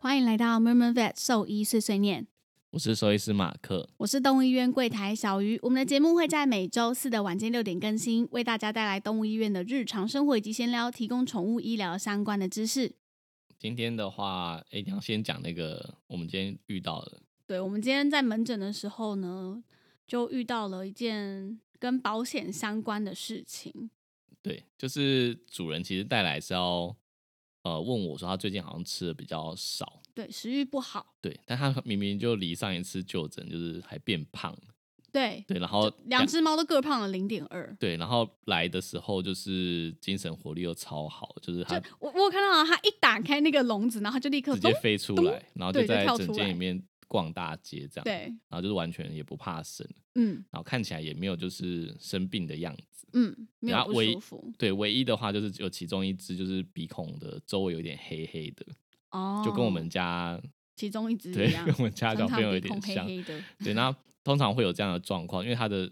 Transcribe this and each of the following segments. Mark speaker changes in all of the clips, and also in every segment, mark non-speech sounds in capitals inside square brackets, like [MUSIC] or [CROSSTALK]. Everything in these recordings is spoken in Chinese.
Speaker 1: 欢迎来到 Murmur Vet 兽医碎碎念，
Speaker 2: 我是兽医师马克。
Speaker 1: 我是动物医院柜台小鱼。我们的节目会在每周四的晚间六点更新，为大家带来动物医院的日常生活以及闲聊，提供宠物医疗相关的知识。
Speaker 2: 今天的话，哎，你要先讲那个我们今天遇到的，
Speaker 1: 对，我们今天在门诊的时候呢，就遇到了一件跟保险相关的事情。
Speaker 2: 对，就是主人其实带来是要，呃，问我说他最近好像吃的比较少，
Speaker 1: 对，食欲不好，
Speaker 2: 对，但他明明就离上一次就诊就是还变胖，
Speaker 1: 对，
Speaker 2: 对，然后
Speaker 1: 两只猫都各胖了零点二。
Speaker 2: 对，然后来的时候就是精神活力又超好，就是
Speaker 1: 就
Speaker 2: 他
Speaker 1: 我我有看到啊它一打开那个笼子，然后它就立刻
Speaker 2: 直接
Speaker 1: 咚
Speaker 2: 飞出
Speaker 1: 咚
Speaker 2: 来，然后就
Speaker 1: 对就
Speaker 2: 在
Speaker 1: 跳
Speaker 2: 整
Speaker 1: 出
Speaker 2: 间
Speaker 1: 来
Speaker 2: 里面逛大街这样，，
Speaker 1: 对，
Speaker 2: 然后就是完全也不怕生，
Speaker 1: 嗯
Speaker 2: 然后看起来也没有就是生病的样子。
Speaker 1: 嗯，没有
Speaker 2: 然后
Speaker 1: 不
Speaker 2: 唯
Speaker 1: 舒服
Speaker 2: 对，唯一的话就是有其中一只就是鼻孔的周围有点黑黑的，
Speaker 1: 哦，
Speaker 2: 就跟我们家
Speaker 1: 其中一只
Speaker 2: 对
Speaker 1: 一样，
Speaker 2: 跟 [LAUGHS] 我们家小
Speaker 1: 常
Speaker 2: 朋
Speaker 1: 常
Speaker 2: 友有
Speaker 1: 鼻
Speaker 2: 点
Speaker 1: 孔黑
Speaker 2: 像。
Speaker 1: 黑的，
Speaker 2: 对，那通常会有这样的状况，因为它的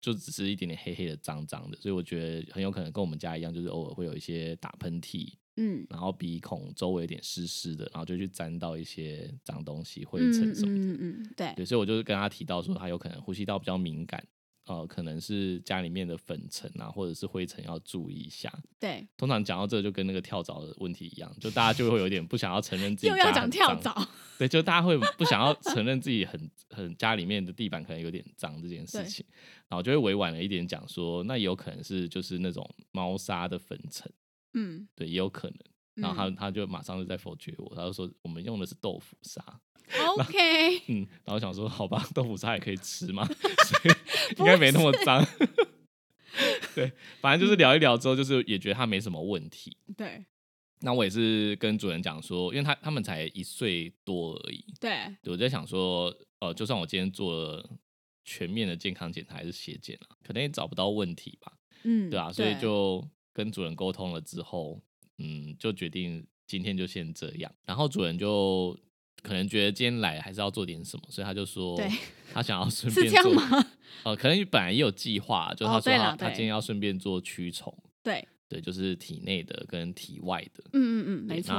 Speaker 2: 就只是一点点黑黑的、脏脏的，所以我觉得很有可能跟我们家一样，就是偶尔会有一些打喷嚏，
Speaker 1: 嗯，
Speaker 2: 然后鼻孔周围有点湿湿的，然后就去沾到一些脏东西，灰
Speaker 1: 嗯
Speaker 2: 尘什么的。
Speaker 1: 嗯嗯嗯，对，
Speaker 2: 对，所以我就是跟他提到说，他有可能呼吸道比较敏感，呃，可能是家里面的粉尘啊，或者是灰尘要注意一下。
Speaker 1: 对，
Speaker 2: 通常讲到这就跟那个跳蚤的问题一样，就大家就会有点不想要承认自己
Speaker 1: 又要
Speaker 2: 家
Speaker 1: 讲
Speaker 2: 很
Speaker 1: 跳
Speaker 2: 脏，
Speaker 1: 蚤， [LAUGHS]
Speaker 2: 对，就大家会不想要承认自己很很家里面的地板可能有点脏这件事
Speaker 1: 对
Speaker 2: 情，然后就会委婉了一点讲说，那也有可能是就是那种猫砂的粉尘， [LAUGHS]
Speaker 1: 嗯，
Speaker 2: 对，也有可能。然后他
Speaker 1: 嗯
Speaker 2: 他就马上就在否决我，他就说我们用的是豆腐砂，
Speaker 1: OK， [LAUGHS]
Speaker 2: 嗯，然后我想说好吧，豆腐砂也可以吃嘛， [LAUGHS] 所以应该没那么脏。 [LAUGHS] 对，反正就是聊一聊之后，就是也觉得他没什么问题，
Speaker 1: 对
Speaker 2: 那我也是跟主人讲说，因为他他们才一岁多而已，
Speaker 1: 对，
Speaker 2: 对我在想说，呃，就算我今天做了全面的健康检查还是血检啊，可能也找不到问题吧，
Speaker 1: 嗯，
Speaker 2: 对啊，所以就跟主人沟通了之后，嗯，就决定今天就先这样。然后主人就可能觉得今天来还是要做点什么，所以他就说
Speaker 1: 对，
Speaker 2: 他想要顺便
Speaker 1: 是这样
Speaker 2: 做
Speaker 1: 吗？ [LAUGHS]
Speaker 2: 呃，可能本来也有计划，就他
Speaker 1: 哦
Speaker 2: 说
Speaker 1: 对
Speaker 2: 他、
Speaker 1: 啦
Speaker 2: 他
Speaker 1: 对
Speaker 2: 今天要顺便做驱虫，
Speaker 1: 对，
Speaker 2: 对，就是体内的跟体外的。
Speaker 1: 嗯嗯嗯，
Speaker 2: 对
Speaker 1: 没错，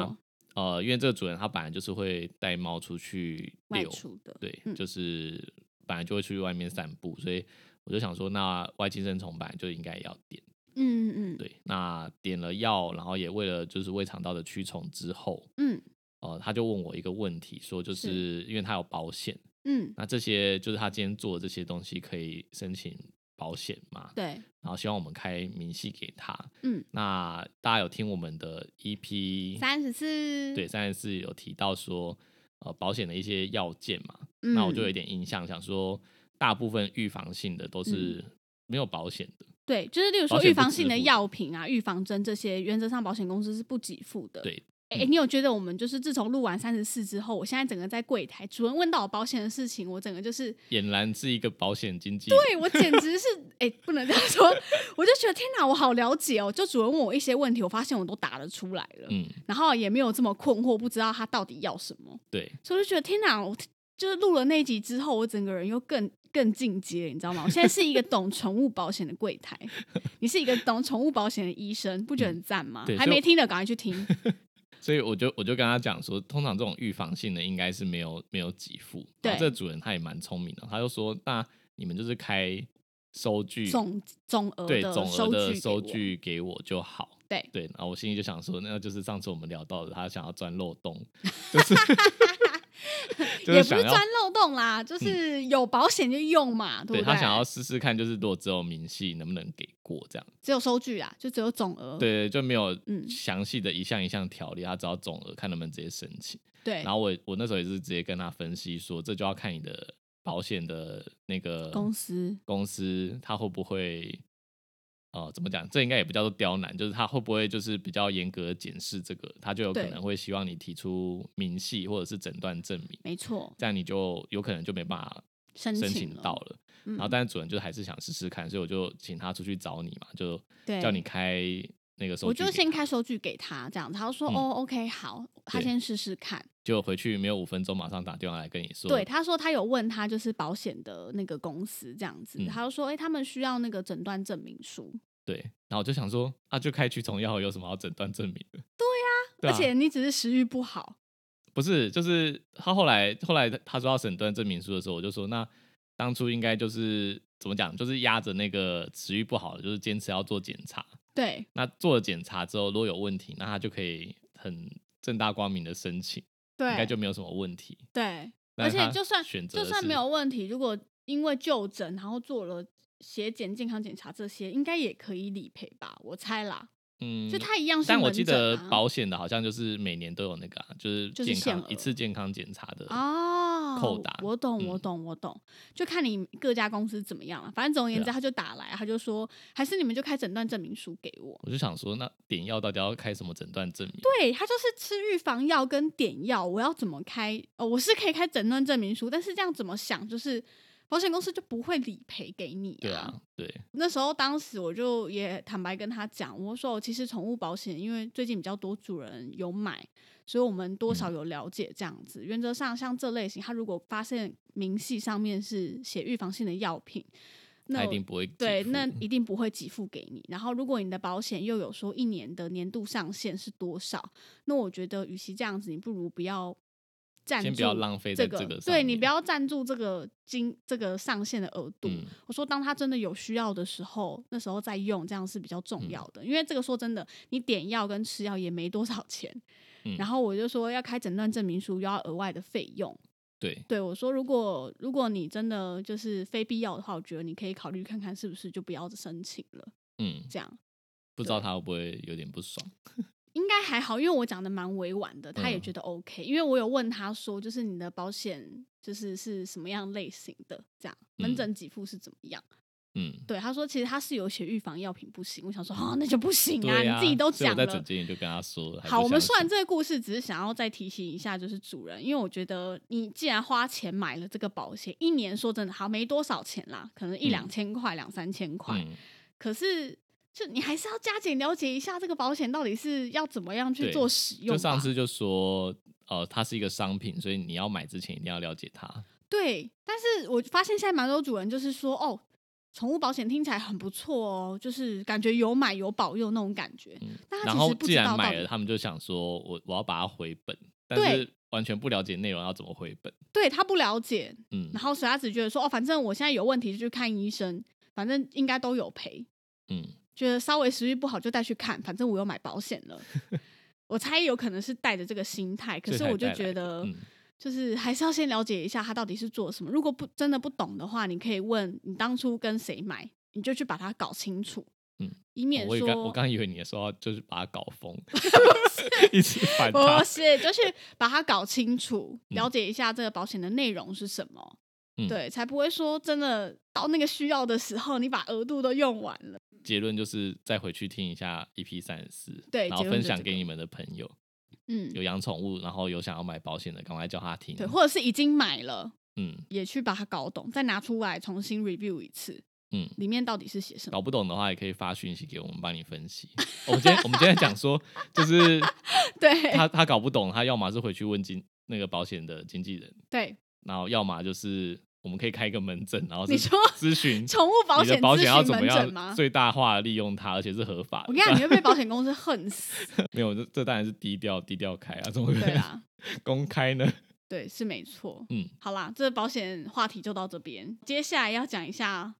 Speaker 2: 那呃，因为这个主人他本来就是会带猫出去
Speaker 1: 外
Speaker 2: 遛，
Speaker 1: 出的，
Speaker 2: 对，
Speaker 1: 嗯
Speaker 2: 就是本来就会出去外面散步，所以我就想说，那外寄生虫本来就应该要点，
Speaker 1: 嗯嗯嗯
Speaker 2: 对，那点了药，然后也为了就是胃肠道的驱虫之后，
Speaker 1: 嗯
Speaker 2: 呃，他就问我一个问题，说就是因为他有保险，
Speaker 1: 嗯，
Speaker 2: 那这些就是他今天做的这些东西可以申请保险吗？
Speaker 1: 对，
Speaker 2: 然后希望我们开明细给他。
Speaker 1: 嗯，
Speaker 2: 那大家有听我们的 E EP
Speaker 1: 三十四，
Speaker 2: 对，，上一次有提到说，呃，保险的一些要件嘛，
Speaker 1: 嗯嗯
Speaker 2: 那我就有一点印象，想说大部分预防性的都是没有保险的，
Speaker 1: 对，就是例如
Speaker 2: 保
Speaker 1: 说
Speaker 2: 险
Speaker 1: 预
Speaker 2: 不
Speaker 1: 防
Speaker 2: 支
Speaker 1: 性的
Speaker 2: 付的
Speaker 1: 药品啊、预防针这些，原则上保险公司是不给付的。
Speaker 2: 对
Speaker 1: 哎、
Speaker 2: 嗯
Speaker 1: 你有觉得我们就是自从录完三十四之后，我现在整个在柜台，主任问到我保险的事情，我整个就是，
Speaker 2: 俨然是一个保险经纪。
Speaker 1: 对我简直是，哎、不能这样说，我就觉得天哪，我好了解哦。就主任问我一些问题，我发现我都答得出来了，
Speaker 2: 嗯，
Speaker 1: 然后也没有这么困惑，不知道他到底要什么，
Speaker 2: 对，
Speaker 1: 所以我就觉得天哪，我就是录了那一集之后，我整个人又更。更进阶，你知道吗？我现在是一个懂宠物保险的柜台，你是一个懂宠物保险的医生，不觉得很赞吗？
Speaker 2: 嗯对
Speaker 1: 还
Speaker 2: 所以
Speaker 1: 没听的，赶快去
Speaker 2: [LAUGHS]
Speaker 1: 听。
Speaker 2: 所以我就我就跟他讲说，通常这种预防性的应该是没有没有给付。然后
Speaker 1: 对
Speaker 2: 这主人他也蛮聪明的，他就说，那你们就是开收据
Speaker 1: 总总额
Speaker 2: 嗯对
Speaker 1: 的
Speaker 2: 总额
Speaker 1: 收
Speaker 2: 的
Speaker 1: 据
Speaker 2: 收
Speaker 1: 给我，
Speaker 2: 据给我就好。
Speaker 1: 对
Speaker 2: 对，然后我心里就想说，那就是上次我们聊到的，他想要钻漏
Speaker 1: [LAUGHS]
Speaker 2: 洞，就是就
Speaker 1: 也
Speaker 2: 是
Speaker 1: 不
Speaker 2: 想
Speaker 1: 是
Speaker 2: 要嗯
Speaker 1: 钻漏洞啦，就是有保险就用嘛，对
Speaker 2: 对
Speaker 1: 不
Speaker 2: 他想要试试看，就是如果只有明细能不能给过这样，
Speaker 1: 只有收据啊，就只有总额。
Speaker 2: 对，就没有
Speaker 1: 嗯
Speaker 2: 详细的一项一项条例，他只要总额看能不能直接申请。
Speaker 1: 对
Speaker 2: 然后我我那时候也是直接跟他分析说，这就要看你的保险的那个
Speaker 1: 公司
Speaker 2: 公司他会不会。呃，怎么讲？这应该也不叫做刁难，就是他会不会就是比较严格地检视这个，他就有可
Speaker 1: 对
Speaker 2: 能会希望你提出明细或者是诊断证明，
Speaker 1: 没错，
Speaker 2: 这样你就有可能就没办法
Speaker 1: 申
Speaker 2: 申
Speaker 1: 请
Speaker 2: 请
Speaker 1: 了
Speaker 2: 到了。
Speaker 1: 嗯
Speaker 2: 然后，但是主人就还是想试试看，所以我就请他出去找你嘛，就
Speaker 1: 对
Speaker 2: 叫你开那个收据。
Speaker 1: 我就先，开收据给他，这样子，他就说、
Speaker 2: 嗯
Speaker 1: 哦，OK，好，他
Speaker 2: 对
Speaker 1: 先试试看。
Speaker 2: 就回去没有五分钟，马上打电话来跟你说。
Speaker 1: 对，，他说他有问他就是保险的那个公司这样子，
Speaker 2: 嗯
Speaker 1: 他就说，哎、他们需要那个诊断证明书，
Speaker 2: 对。然后我就想说，啊，就开驱虫药有什么好诊断证明的？对
Speaker 1: 而
Speaker 2: 呀、
Speaker 1: 且你只是食欲不好，
Speaker 2: 不是，就是他后来后来他说要审断证明书的时候，我就说那当初应该就是怎么讲，就是压着那个食欲不好的，就是坚持要做检查。
Speaker 1: 对，
Speaker 2: 那做了检查之后，如果有问题，那他就可以很正大光明的申请，
Speaker 1: 对，
Speaker 2: 应该就没有什么问题。
Speaker 1: 对，
Speaker 2: 那
Speaker 1: 而且
Speaker 2: 他
Speaker 1: 就算
Speaker 2: 选择
Speaker 1: 就
Speaker 2: 的
Speaker 1: 算
Speaker 2: 是
Speaker 1: 没有问题，如果因为就诊然后做了血检、健康检查这些，应该也可以理赔吧？我猜啦，
Speaker 2: 嗯，
Speaker 1: 就他一样是
Speaker 2: 但我
Speaker 1: 门
Speaker 2: 记
Speaker 1: 诊
Speaker 2: 得
Speaker 1: 啊
Speaker 2: 保险的好像就是每年都有那个、啊，就是
Speaker 1: 就是
Speaker 2: 健康
Speaker 1: 限额
Speaker 2: 一次健康检查的
Speaker 1: 哦，
Speaker 2: 扣打
Speaker 1: 我懂，我
Speaker 2: 嗯
Speaker 1: 懂，我懂，就看你各家公司怎么样了。反正总而言之，
Speaker 2: 对啊
Speaker 1: 他就打来，他就说，还是你们就开诊断证明书给我。
Speaker 2: 我就想说，那点药到底要开什么诊断证明？
Speaker 1: 对他就是吃预防药跟点药，我要怎么开？哦，我是可以开诊断证明书，但是这样怎么想，就是保险公司就不会理赔给你、
Speaker 2: 对啊，对，
Speaker 1: 那时候当时我就也坦白跟他讲，我说我其实宠物保险，因为最近比较多主人有买，所以我们多
Speaker 2: 嗯
Speaker 1: 少有了解这样子。原则上，像这类型，它如果发现明细上面是写预防性的药品，那
Speaker 2: 他一
Speaker 1: 我
Speaker 2: 定不会给
Speaker 1: 对，
Speaker 2: 付嗯
Speaker 1: 那一定不会给付给你。然后，如果你的保险又有说一年的年度上限是多少，那我觉得与其这样子，你不如不要赞助
Speaker 2: 先不要浪费在
Speaker 1: 这个，
Speaker 2: 个上面，
Speaker 1: 对你不要赞助这个金这个上限的额度。
Speaker 2: 嗯
Speaker 1: 我说，当他真的有需要的时候，那时候再用，这样是比较
Speaker 2: 嗯
Speaker 1: 重要的。因为这个说真的，你点药跟吃药也没多少钱。
Speaker 2: 嗯
Speaker 1: 然后我就说要开诊断证明书，又要额外的费用。
Speaker 2: 对，
Speaker 1: 对我说，如果如果你真的就是非必要的话，我觉得你可以考虑看看是不是就不要申请了。
Speaker 2: 嗯，
Speaker 1: 这样
Speaker 2: 不知道他会不会有点不爽？
Speaker 1: 应该还好，因为我讲的蛮委婉的，他也
Speaker 2: 嗯
Speaker 1: 觉得 OK、因为我有问他说，就是你的保险就是是什么样类型的，这样门
Speaker 2: 嗯
Speaker 1: 诊给付是怎么样。
Speaker 2: 嗯，
Speaker 1: 对，他说其实他是有写预防药品不行，我想说哦，那就不行啊，
Speaker 2: 对啊，
Speaker 1: 你自己都
Speaker 2: 所
Speaker 1: 讲
Speaker 2: 以我在整
Speaker 1: 了。
Speaker 2: 间也就跟他说了，还
Speaker 1: 好，
Speaker 2: 不
Speaker 1: 我们
Speaker 2: 相
Speaker 1: 说完
Speaker 2: 信嗯
Speaker 1: 这个故事，只是想要再提醒一下，就是主人，因为我觉得你既然花钱买了这个保险，一年说真的好没多少钱啦，可能一
Speaker 2: 嗯
Speaker 1: 两千块、两三千块，
Speaker 2: 嗯，
Speaker 1: 可是就你还是要加减了解一下这个保险到底是要怎么样去
Speaker 2: 对
Speaker 1: 做使用吧。
Speaker 2: 就上次就说，呃，它是一个商品，所以你要买之前一定要了解它。
Speaker 1: 对，但是我发现现在蛮多主人就是说，哦，宠物保险听起来很不错哦，就是感觉有买有保佑那种感觉。
Speaker 2: 嗯
Speaker 1: 但他
Speaker 2: 然
Speaker 1: 其
Speaker 2: 后
Speaker 1: 实不
Speaker 2: 既
Speaker 1: 知道
Speaker 2: 然
Speaker 1: 到
Speaker 2: 买
Speaker 1: 底
Speaker 2: 了，他们就想说我我要把它回本，但
Speaker 1: 对
Speaker 2: 是完全不了解内容要怎么回本。
Speaker 1: 对他不了解，
Speaker 2: 嗯
Speaker 1: 然后所以他只觉得说，哦，反正我现在有问题就去看医生，反正应该都有赔，
Speaker 2: 嗯，
Speaker 1: 觉得稍微食欲不好就带去看，反正我有买保险
Speaker 2: [LAUGHS]
Speaker 1: 了。我猜有可能是带着这个心态，可
Speaker 2: 所以
Speaker 1: 是
Speaker 2: 才
Speaker 1: 我就
Speaker 2: 带来
Speaker 1: 觉
Speaker 2: 的
Speaker 1: 得，
Speaker 2: 嗯
Speaker 1: [LAUGHS] 就是还是要先了解一下他到底是做什么。如果不真的不懂的话，你可以问你当初跟谁买，你就去把它搞清楚，
Speaker 2: 嗯，
Speaker 1: 以免
Speaker 2: 哦我也
Speaker 1: 说
Speaker 2: 刚我刚以为你说就是把它搞
Speaker 1: [LAUGHS]
Speaker 2: 疯，一直反
Speaker 1: 不
Speaker 2: 他。
Speaker 1: 是，就是把它搞清楚，
Speaker 2: 嗯
Speaker 1: 了解一下这个保险的内容是什么，
Speaker 2: 嗯
Speaker 1: 对，才不会说真的到那个需要的时候，你把额度都用完了。
Speaker 2: 结论就是再回去听一下 EP 三十四，
Speaker 1: 对
Speaker 2: 然后
Speaker 1: 结论
Speaker 2: 分
Speaker 1: 就
Speaker 2: 享
Speaker 1: 这
Speaker 2: 给
Speaker 1: 个
Speaker 2: 你们的朋友，
Speaker 1: 嗯，
Speaker 2: 有养宠物，然后有想要买保险的，赶快叫他听。啊
Speaker 1: 对，或者是已经买了，
Speaker 2: 嗯
Speaker 1: 也去把它搞懂，再拿出来重新 review 一次，
Speaker 2: 嗯，
Speaker 1: 里面到底是写什么？
Speaker 2: 搞不懂的话也可以发讯息给我们，帮你分析。我们今天我们今天讲说，就是
Speaker 1: 对
Speaker 2: 他他搞不懂，他要么是回去问经那个保险的经纪人，
Speaker 1: 对，
Speaker 2: 然后要么就是我们可以开一个门诊，然后
Speaker 1: 你
Speaker 2: 是
Speaker 1: 说
Speaker 2: 咨询
Speaker 1: 宠物保
Speaker 2: 你的
Speaker 1: 险
Speaker 2: 保
Speaker 1: 咨
Speaker 2: 险要
Speaker 1: 询
Speaker 2: 怎么
Speaker 1: 门诊
Speaker 2: 样
Speaker 1: 吗？
Speaker 2: 最大化利用它，而且是合法的。
Speaker 1: 我跟你讲，你会被保险公司恨死。
Speaker 2: [LAUGHS] 没有，这这当然是低调低调开啊，怎么
Speaker 1: 对
Speaker 2: 可能
Speaker 1: 啦，
Speaker 2: 公开呢？
Speaker 1: 对，是没错。
Speaker 2: 嗯，
Speaker 1: 好啦，这保险话题就到这边。接下来要讲一下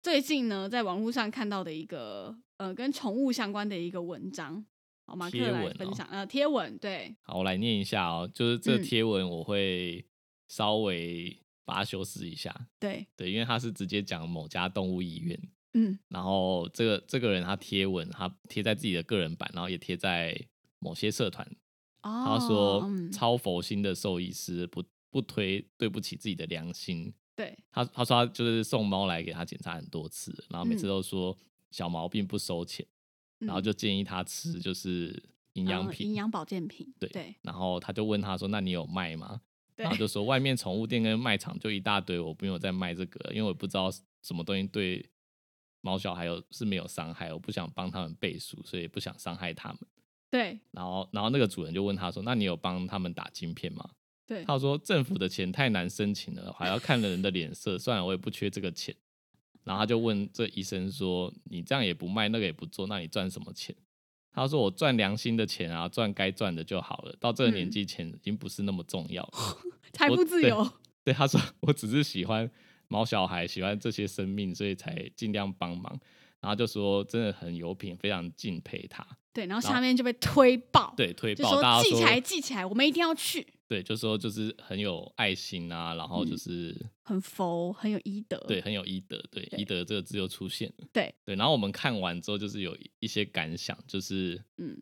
Speaker 1: 最近呢，在网络上看到的一个呃跟宠物相关的一个文章，好马克
Speaker 2: 贴
Speaker 1: 来
Speaker 2: 文
Speaker 1: 分
Speaker 2: 哦
Speaker 1: 享、呃贴文，对
Speaker 2: 好，我来念一下哦，就是这
Speaker 1: 嗯
Speaker 2: 贴文我会稍微把它修饰一下，
Speaker 1: 对，
Speaker 2: 对，因为它是直接讲某家动物医院，
Speaker 1: 嗯
Speaker 2: 然后这个这个人他贴文，他贴在自己的个人版，然后也贴在某些社团，
Speaker 1: 哦，
Speaker 2: 他说、
Speaker 1: 嗯
Speaker 2: 超佛心的兽医师不不推对不起自己的良心，
Speaker 1: 对
Speaker 2: 他他说他就是送猫来给他检查很多次，然后每次
Speaker 1: 嗯
Speaker 2: 都说小毛病不收钱，然后
Speaker 1: 嗯
Speaker 2: 就建议他吃就是营
Speaker 1: 嗯
Speaker 2: 养
Speaker 1: 营
Speaker 2: 品，
Speaker 1: 养保健品，
Speaker 2: 对
Speaker 1: 对
Speaker 2: 然后他就问他说那你有卖吗？
Speaker 1: 对
Speaker 2: 然后就说外面宠物店跟卖场就一大堆，我没有在卖这个，因为我不知道什么东西对猫小孩有是没有伤害，我不想帮他们背书，所以不想伤害他们。
Speaker 1: 对
Speaker 2: 然后，然后那个主人就问他说：“那你有帮他们打晶片吗
Speaker 1: 对？”
Speaker 2: 他说：“政府的钱太难申请了，还要看人的脸色。算了，我也不缺这个钱。”然后他就问这医生说：“你这样也不卖，那个也不做，那你赚什么钱？”他说我赚良心的钱啊，赚该赚的就好了。到这个年
Speaker 1: 嗯
Speaker 2: 纪，钱已经不是那么重要了。
Speaker 1: 财
Speaker 2: 我
Speaker 1: 富自
Speaker 2: 对
Speaker 1: 由，
Speaker 2: 对，他说 [LAUGHS] 我只是喜欢毛小孩，喜欢这些生命，所以才尽量帮忙。然后就说真的很有品，非常敬佩他。
Speaker 1: 对，然后
Speaker 2: 然
Speaker 1: 下
Speaker 2: 后
Speaker 1: 面就被推爆，
Speaker 2: 对，推
Speaker 1: 就
Speaker 2: 爆
Speaker 1: 说
Speaker 2: 大家
Speaker 1: 记起来，
Speaker 2: 说，
Speaker 1: 记起来，我们一定要去，
Speaker 2: 对，就说就是很有爱心啊，然后就
Speaker 1: 嗯
Speaker 2: 是、
Speaker 1: 很佛，很有医德，
Speaker 2: 对，很有医德，对，医德这个字又出现了。
Speaker 1: 对
Speaker 2: 对，然后我们看完之后，就是有一些感想，就是
Speaker 1: 嗯，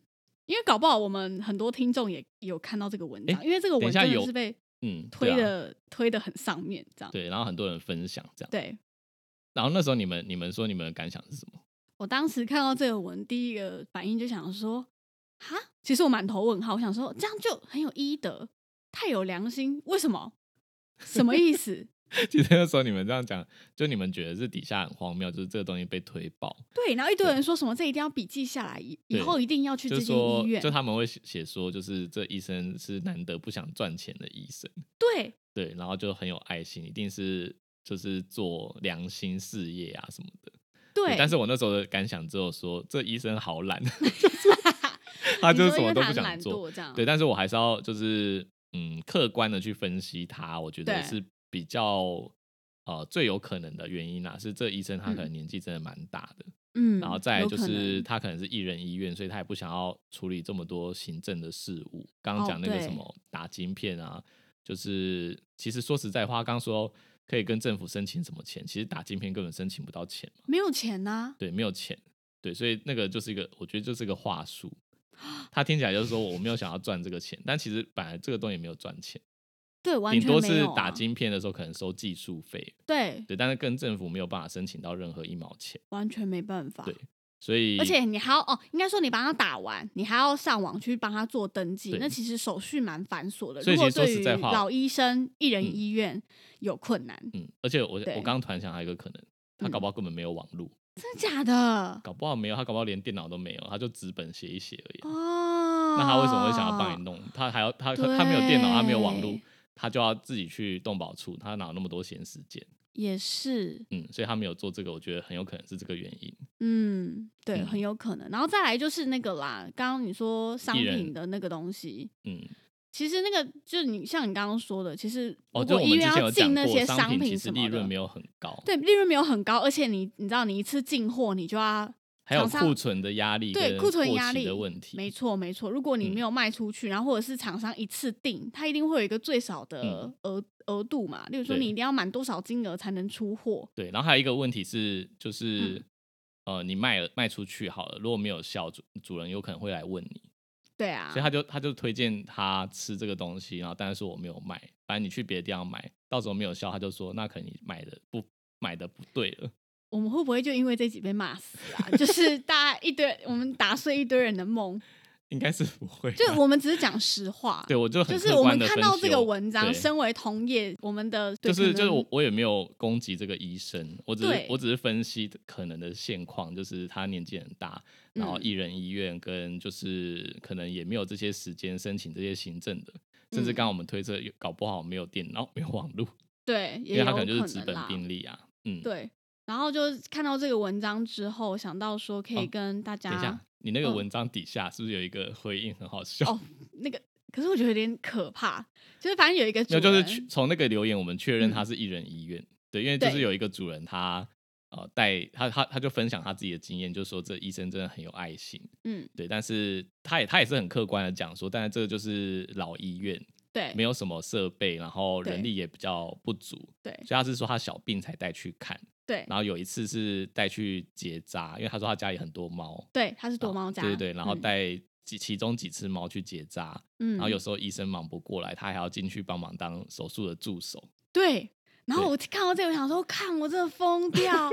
Speaker 1: 因为搞不好我们很多听众也有看到这个文章，
Speaker 2: 诶
Speaker 1: 因为这个
Speaker 2: 等
Speaker 1: 文
Speaker 2: 一下
Speaker 1: 真的
Speaker 2: 有
Speaker 1: 是被
Speaker 2: 嗯，对
Speaker 1: 推
Speaker 2: 啊
Speaker 1: 的、推的很上面，这样
Speaker 2: 对，然后很多人分享这样。
Speaker 1: 对
Speaker 2: 然后那时候你们你们说你们的感想是什么？ [LAUGHS]
Speaker 1: 我当时看到这个文，第一个反应就想说，哈，其实我满头问号，我想说这样就很有医德，太有良心，为什么？什么意思？
Speaker 2: 其实那时候你们这样讲，就你们觉得是底下很荒谬，就是这个东西被推爆，
Speaker 1: 对，然后一堆人说什么这一定要笔记下来，以以
Speaker 2: 对
Speaker 1: 后一定要去
Speaker 2: 就
Speaker 1: 这
Speaker 2: 是
Speaker 1: 间
Speaker 2: 说
Speaker 1: 医院
Speaker 2: 就。他们会写写说，就是这医生是难得不想赚钱的医生，
Speaker 1: 对，
Speaker 2: 对，然后就很有爱心，一定是就是做良心事业啊什么的。
Speaker 1: 对，
Speaker 2: 但是我那时候的感想只有说，这医生
Speaker 1: [LAUGHS]
Speaker 2: 好懒， [LAUGHS] 他就是什么都不想做。，
Speaker 1: 这样
Speaker 2: 对，但是我还是要就是嗯，客观的去分析它，我觉得
Speaker 1: 对
Speaker 2: 是比较呃最有可能的原因啦，是这医生他可能年纪真的蛮大的，
Speaker 1: 嗯，
Speaker 2: 然后再来
Speaker 1: 有
Speaker 2: 就
Speaker 1: 可能
Speaker 2: 是他可能是艺人医院，所以他也不想要处理这么多行政的事务。刚刚
Speaker 1: 哦
Speaker 2: 讲那个
Speaker 1: 对
Speaker 2: 什么打晶片啊，就是其实说实在话，刚说可以跟政府申请什么钱，其实打晶片根本申请不到钱嘛，
Speaker 1: 没有钱呐、
Speaker 2: 对，没有钱，对，所以那个就是一个，我觉得就是个话术。
Speaker 1: 啊
Speaker 2: 他听起来就是说我没有想要赚这个钱，但其实本来这个东西也没有赚钱，
Speaker 1: 对，完
Speaker 2: 顶
Speaker 1: 全
Speaker 2: 多
Speaker 1: 没
Speaker 2: 是
Speaker 1: 有、啊、
Speaker 2: 打晶片的时候可能收技术费，
Speaker 1: 对，
Speaker 2: 对，但是跟政府没有办法申请到任何一毛钱，
Speaker 1: 完全没办法。
Speaker 2: 对所以
Speaker 1: 而且你还要哦，应该说你帮他打完，你还要上网去帮他做登记
Speaker 2: 对，
Speaker 1: 那其实手续蛮繁琐的。
Speaker 2: 所以
Speaker 1: 如果
Speaker 2: 其实说
Speaker 1: 对
Speaker 2: 实
Speaker 1: 于
Speaker 2: 在话
Speaker 1: 老医生、一人
Speaker 2: 嗯
Speaker 1: 医院有困难，
Speaker 2: 嗯，而且我我
Speaker 1: 对嗯
Speaker 2: 刚刚突然想到一个可能，他搞不好根本没有网络，
Speaker 1: 真的假的？
Speaker 2: 搞不好没有，他搞不好连电脑都没有，他就纸本写一写而已。
Speaker 1: 哦，
Speaker 2: 那他为什么会想要帮你？弄？他还要他
Speaker 1: 对
Speaker 2: 他没有电脑，他没有网络，他就要自己去动保处，他哪有那么多闲时间？
Speaker 1: 也是，
Speaker 2: 嗯，所以他没有做这个，我觉得很有可能是这个原因。
Speaker 1: 嗯，对，
Speaker 2: 嗯
Speaker 1: 很有可能。然后再来就是那个啦，刚刚你说商
Speaker 2: 艺人
Speaker 1: 品的那个东西，
Speaker 2: 嗯，
Speaker 1: 其实那个就是你像你刚刚说的，其实
Speaker 2: 哦，
Speaker 1: 如
Speaker 2: 就
Speaker 1: 果
Speaker 2: 我
Speaker 1: 医
Speaker 2: 们之
Speaker 1: 院
Speaker 2: 前
Speaker 1: 要
Speaker 2: 有讲
Speaker 1: 进那
Speaker 2: 过，
Speaker 1: 些
Speaker 2: 商
Speaker 1: 商
Speaker 2: 品其实
Speaker 1: 什
Speaker 2: 利
Speaker 1: 么的
Speaker 2: 润没，有很高，
Speaker 1: 对利润没有很高，而且你你知道你一次进货你就要
Speaker 2: 还有
Speaker 1: 厂商
Speaker 2: 库存的压力，
Speaker 1: 对库存压力
Speaker 2: 的问题，
Speaker 1: 没错没错，如果你
Speaker 2: 嗯
Speaker 1: 没有卖出去，然后或者是厂商一次定，它一定会有一个最少的额额度嘛，例如说
Speaker 2: 嗯对
Speaker 1: 你一定要满多少金额才能出货，
Speaker 2: 对，然后还有一个问题是，就是、
Speaker 1: 嗯
Speaker 2: 呃，你卖了卖出去好了，如果没有效，主主人有可能会来问你，
Speaker 1: 对啊
Speaker 2: 所以，他就他就推荐他吃这个东西，然后但是说我没有卖，反正你去别的地方买，到时候没有效，他就说那可能你买的不买的不对了，
Speaker 1: 我们会不会就因为这集被骂死啊？就是大家一堆我们打碎一堆人的梦，
Speaker 2: 应该是不会啊、
Speaker 1: 就我们只是讲实话，
Speaker 2: 对我就很
Speaker 1: 就是
Speaker 2: 客
Speaker 1: 我
Speaker 2: 观
Speaker 1: 们
Speaker 2: 地
Speaker 1: 看
Speaker 2: 分
Speaker 1: 到
Speaker 2: 析
Speaker 1: 这个
Speaker 2: 我
Speaker 1: 文章，
Speaker 2: 对
Speaker 1: 身为同业，我们的对
Speaker 2: 就
Speaker 1: 可
Speaker 2: 是就是
Speaker 1: 能
Speaker 2: 我我也没有攻击这个医生，我只是
Speaker 1: 对
Speaker 2: 我只是分析可能的现况，就是他年纪很大，然后
Speaker 1: 嗯
Speaker 2: 一人医院跟就是可能也没有这些时间申请这些行政的，甚至
Speaker 1: 嗯
Speaker 2: 刚刚我们推测有搞不好没有电脑没有网络，
Speaker 1: 对，
Speaker 2: 因
Speaker 1: 也
Speaker 2: 为
Speaker 1: 有
Speaker 2: 他可能就是资本
Speaker 1: 啦，
Speaker 2: 病例啊，嗯，
Speaker 1: 对。然后就是看到这个文章之后，想到说可以
Speaker 2: 哦
Speaker 1: 跟大家、
Speaker 2: 等一下，你那个
Speaker 1: 嗯
Speaker 2: 文章底下是不是有一个回应很好笑？
Speaker 1: 哦那个，可是我觉得有点可怕，就是反正有一个主
Speaker 2: 没有，
Speaker 1: 人，
Speaker 2: 就是确从那个留言我们确认
Speaker 1: 嗯
Speaker 2: 他是一人医院，对，因为就是
Speaker 1: 对
Speaker 2: 有一个主人他呃带他他他就分享他自己的经验，就说这医生真的很有爱心，
Speaker 1: 嗯，
Speaker 2: 对，但是他也他也是很客观的讲说，但是这个就是老医院，
Speaker 1: 对，
Speaker 2: 没有什么设备，然后人
Speaker 1: 对
Speaker 2: 力也比较不足，
Speaker 1: 对
Speaker 2: 所以他是说他小病才带去看，
Speaker 1: 对
Speaker 2: 然后有一次是带去结扎，因为他说他家里很多猫，
Speaker 1: 对，它是躲猫家，
Speaker 2: 啊对对对，然后
Speaker 1: 嗯，
Speaker 2: 带几其中几只猫去结扎，
Speaker 1: 嗯，
Speaker 2: 然后有时候医生忙不过来，他还要进去帮忙当手术的助手，
Speaker 1: 对，然后
Speaker 2: 对
Speaker 1: 我看到这个，我想说，看我真的疯掉，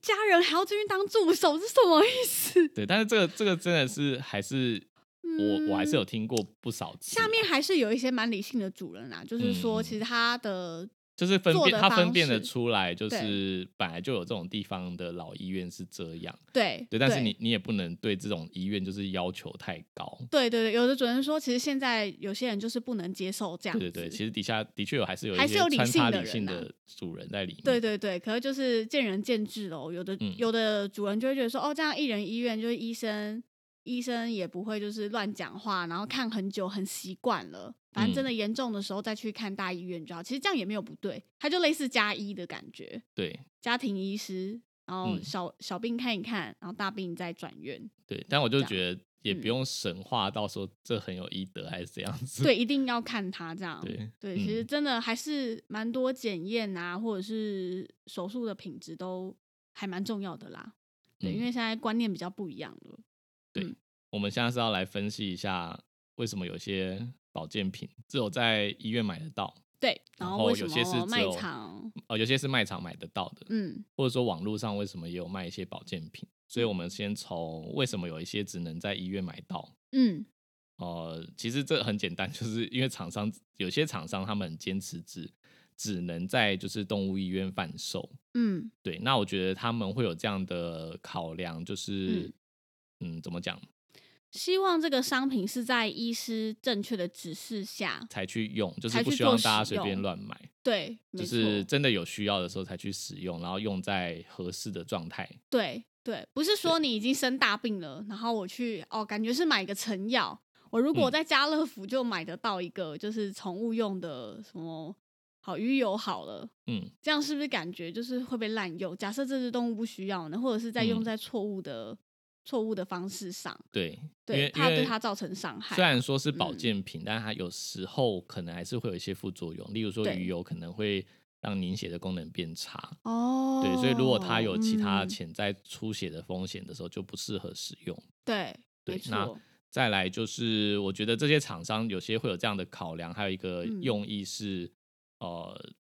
Speaker 1: 家人还要进去当助手是什么意思？
Speaker 2: 对，但是这个这个真的是还是我我还是有听过不少次啊，
Speaker 1: 嗯下面还是有一些蛮理性的主人啦，啊就是说，
Speaker 2: 嗯
Speaker 1: 其实他的
Speaker 2: 就是分
Speaker 1: 做
Speaker 2: 辨，
Speaker 1: 的
Speaker 2: 他分
Speaker 1: 方
Speaker 2: 辨得
Speaker 1: 式
Speaker 2: 出来，就
Speaker 1: 对
Speaker 2: 是本来就有这种地方的老医院是这样，
Speaker 1: 对
Speaker 2: 对，但是你你也不能对这种医院就是要求太高，
Speaker 1: 对对对，有的主人说，其实现在有些人就是不能接受这样
Speaker 2: 对
Speaker 1: 子，
Speaker 2: 对对，其实底下的确有还是有一
Speaker 1: 还
Speaker 2: 些
Speaker 1: 是有理
Speaker 2: 穿
Speaker 1: 性
Speaker 2: 插
Speaker 1: 的
Speaker 2: 理性
Speaker 1: 人啊
Speaker 2: 的主人在里面，
Speaker 1: 对对对，可是就是见仁见智喽。有的、
Speaker 2: 嗯
Speaker 1: 有的主人就会觉得说，哦，这样一人医院就是医生医生也不会就是乱讲话，然后看很久很习惯了，反正真的
Speaker 2: 嗯
Speaker 1: 严重的时候再去看大医院就好。其实这样也没有不对，它就类似加医的感觉，
Speaker 2: 对
Speaker 1: 家庭医师，然后
Speaker 2: 嗯
Speaker 1: 小、小病看一看，然后大病再转院。
Speaker 2: 对，但我就
Speaker 1: 这样
Speaker 2: 觉得也不
Speaker 1: 嗯
Speaker 2: 用神话到说这很有医德还是怎样
Speaker 1: [LAUGHS]
Speaker 2: 子，
Speaker 1: 对，一啊定要看他这样。
Speaker 2: 对
Speaker 1: 其实
Speaker 2: 嗯
Speaker 1: 真的还是蛮多检验啊，或者是手术的品质都还蛮重要的啦。对，
Speaker 2: 嗯
Speaker 1: 因为现在观念比较不一样了。
Speaker 2: 我们现在是要来分析一下为什么有些保健品只有在医院买得到，
Speaker 1: 对，
Speaker 2: 然
Speaker 1: 后为
Speaker 2: 有
Speaker 1: 什
Speaker 2: 些是
Speaker 1: 么
Speaker 2: 只
Speaker 1: 卖
Speaker 2: 有
Speaker 1: 场？
Speaker 2: 哦，有些是卖场买得到的，
Speaker 1: 嗯
Speaker 2: 或者说网络上为什么也有卖一些保健品。所以我们先从为什么有一些只能在医院买到。
Speaker 1: 嗯
Speaker 2: 呃，其实这很简单，就是因为厂商有些厂商他们很坚持只只能在就是动物医院贩售。
Speaker 1: 嗯
Speaker 2: 对，那我觉得他们会有这样的考量，就是嗯怎么讲
Speaker 1: 希望这个商品是在医师正确的指示下，
Speaker 2: 才去用，就是
Speaker 1: 才
Speaker 2: 不
Speaker 1: 去
Speaker 2: 希望
Speaker 1: 做
Speaker 2: 大家
Speaker 1: 使
Speaker 2: 随便
Speaker 1: 用
Speaker 2: 乱买。
Speaker 1: 对，
Speaker 2: 就
Speaker 1: 没
Speaker 2: 是
Speaker 1: 错
Speaker 2: 真的有需要的时候才去使用，然后用在合适的状态。
Speaker 1: 对对，不是说你已经生大病了，然后我去哦，感觉是买个成药。我如果
Speaker 2: 嗯
Speaker 1: 在家乐福就买得到一个就是宠物用的什么好鱼油好了，
Speaker 2: 嗯，
Speaker 1: 这样是不是感觉就是会被滥用？假设这只动物不需要呢，或者是在用
Speaker 2: 嗯
Speaker 1: 在错误的、错误的方式上，
Speaker 2: 对，因
Speaker 1: 对，
Speaker 2: 为
Speaker 1: 怕
Speaker 2: 因
Speaker 1: 对
Speaker 2: 为
Speaker 1: 它造成伤害。
Speaker 2: 虽然说是保
Speaker 1: 嗯
Speaker 2: 健品，但它有时候可能还是会有一些副作用，例如说
Speaker 1: 对
Speaker 2: 鱼油可能会让凝血的功能变差。
Speaker 1: 哦，
Speaker 2: 对，所以如果它有其他
Speaker 1: 嗯
Speaker 2: 潜在出血的风险的时候，就不适合使用。
Speaker 1: 对，
Speaker 2: 对
Speaker 1: 没
Speaker 2: 那
Speaker 1: 错，
Speaker 2: 再来就是，我觉得这些厂商有些会有这样的考量，还有一个
Speaker 1: 嗯
Speaker 2: 用意是，呃，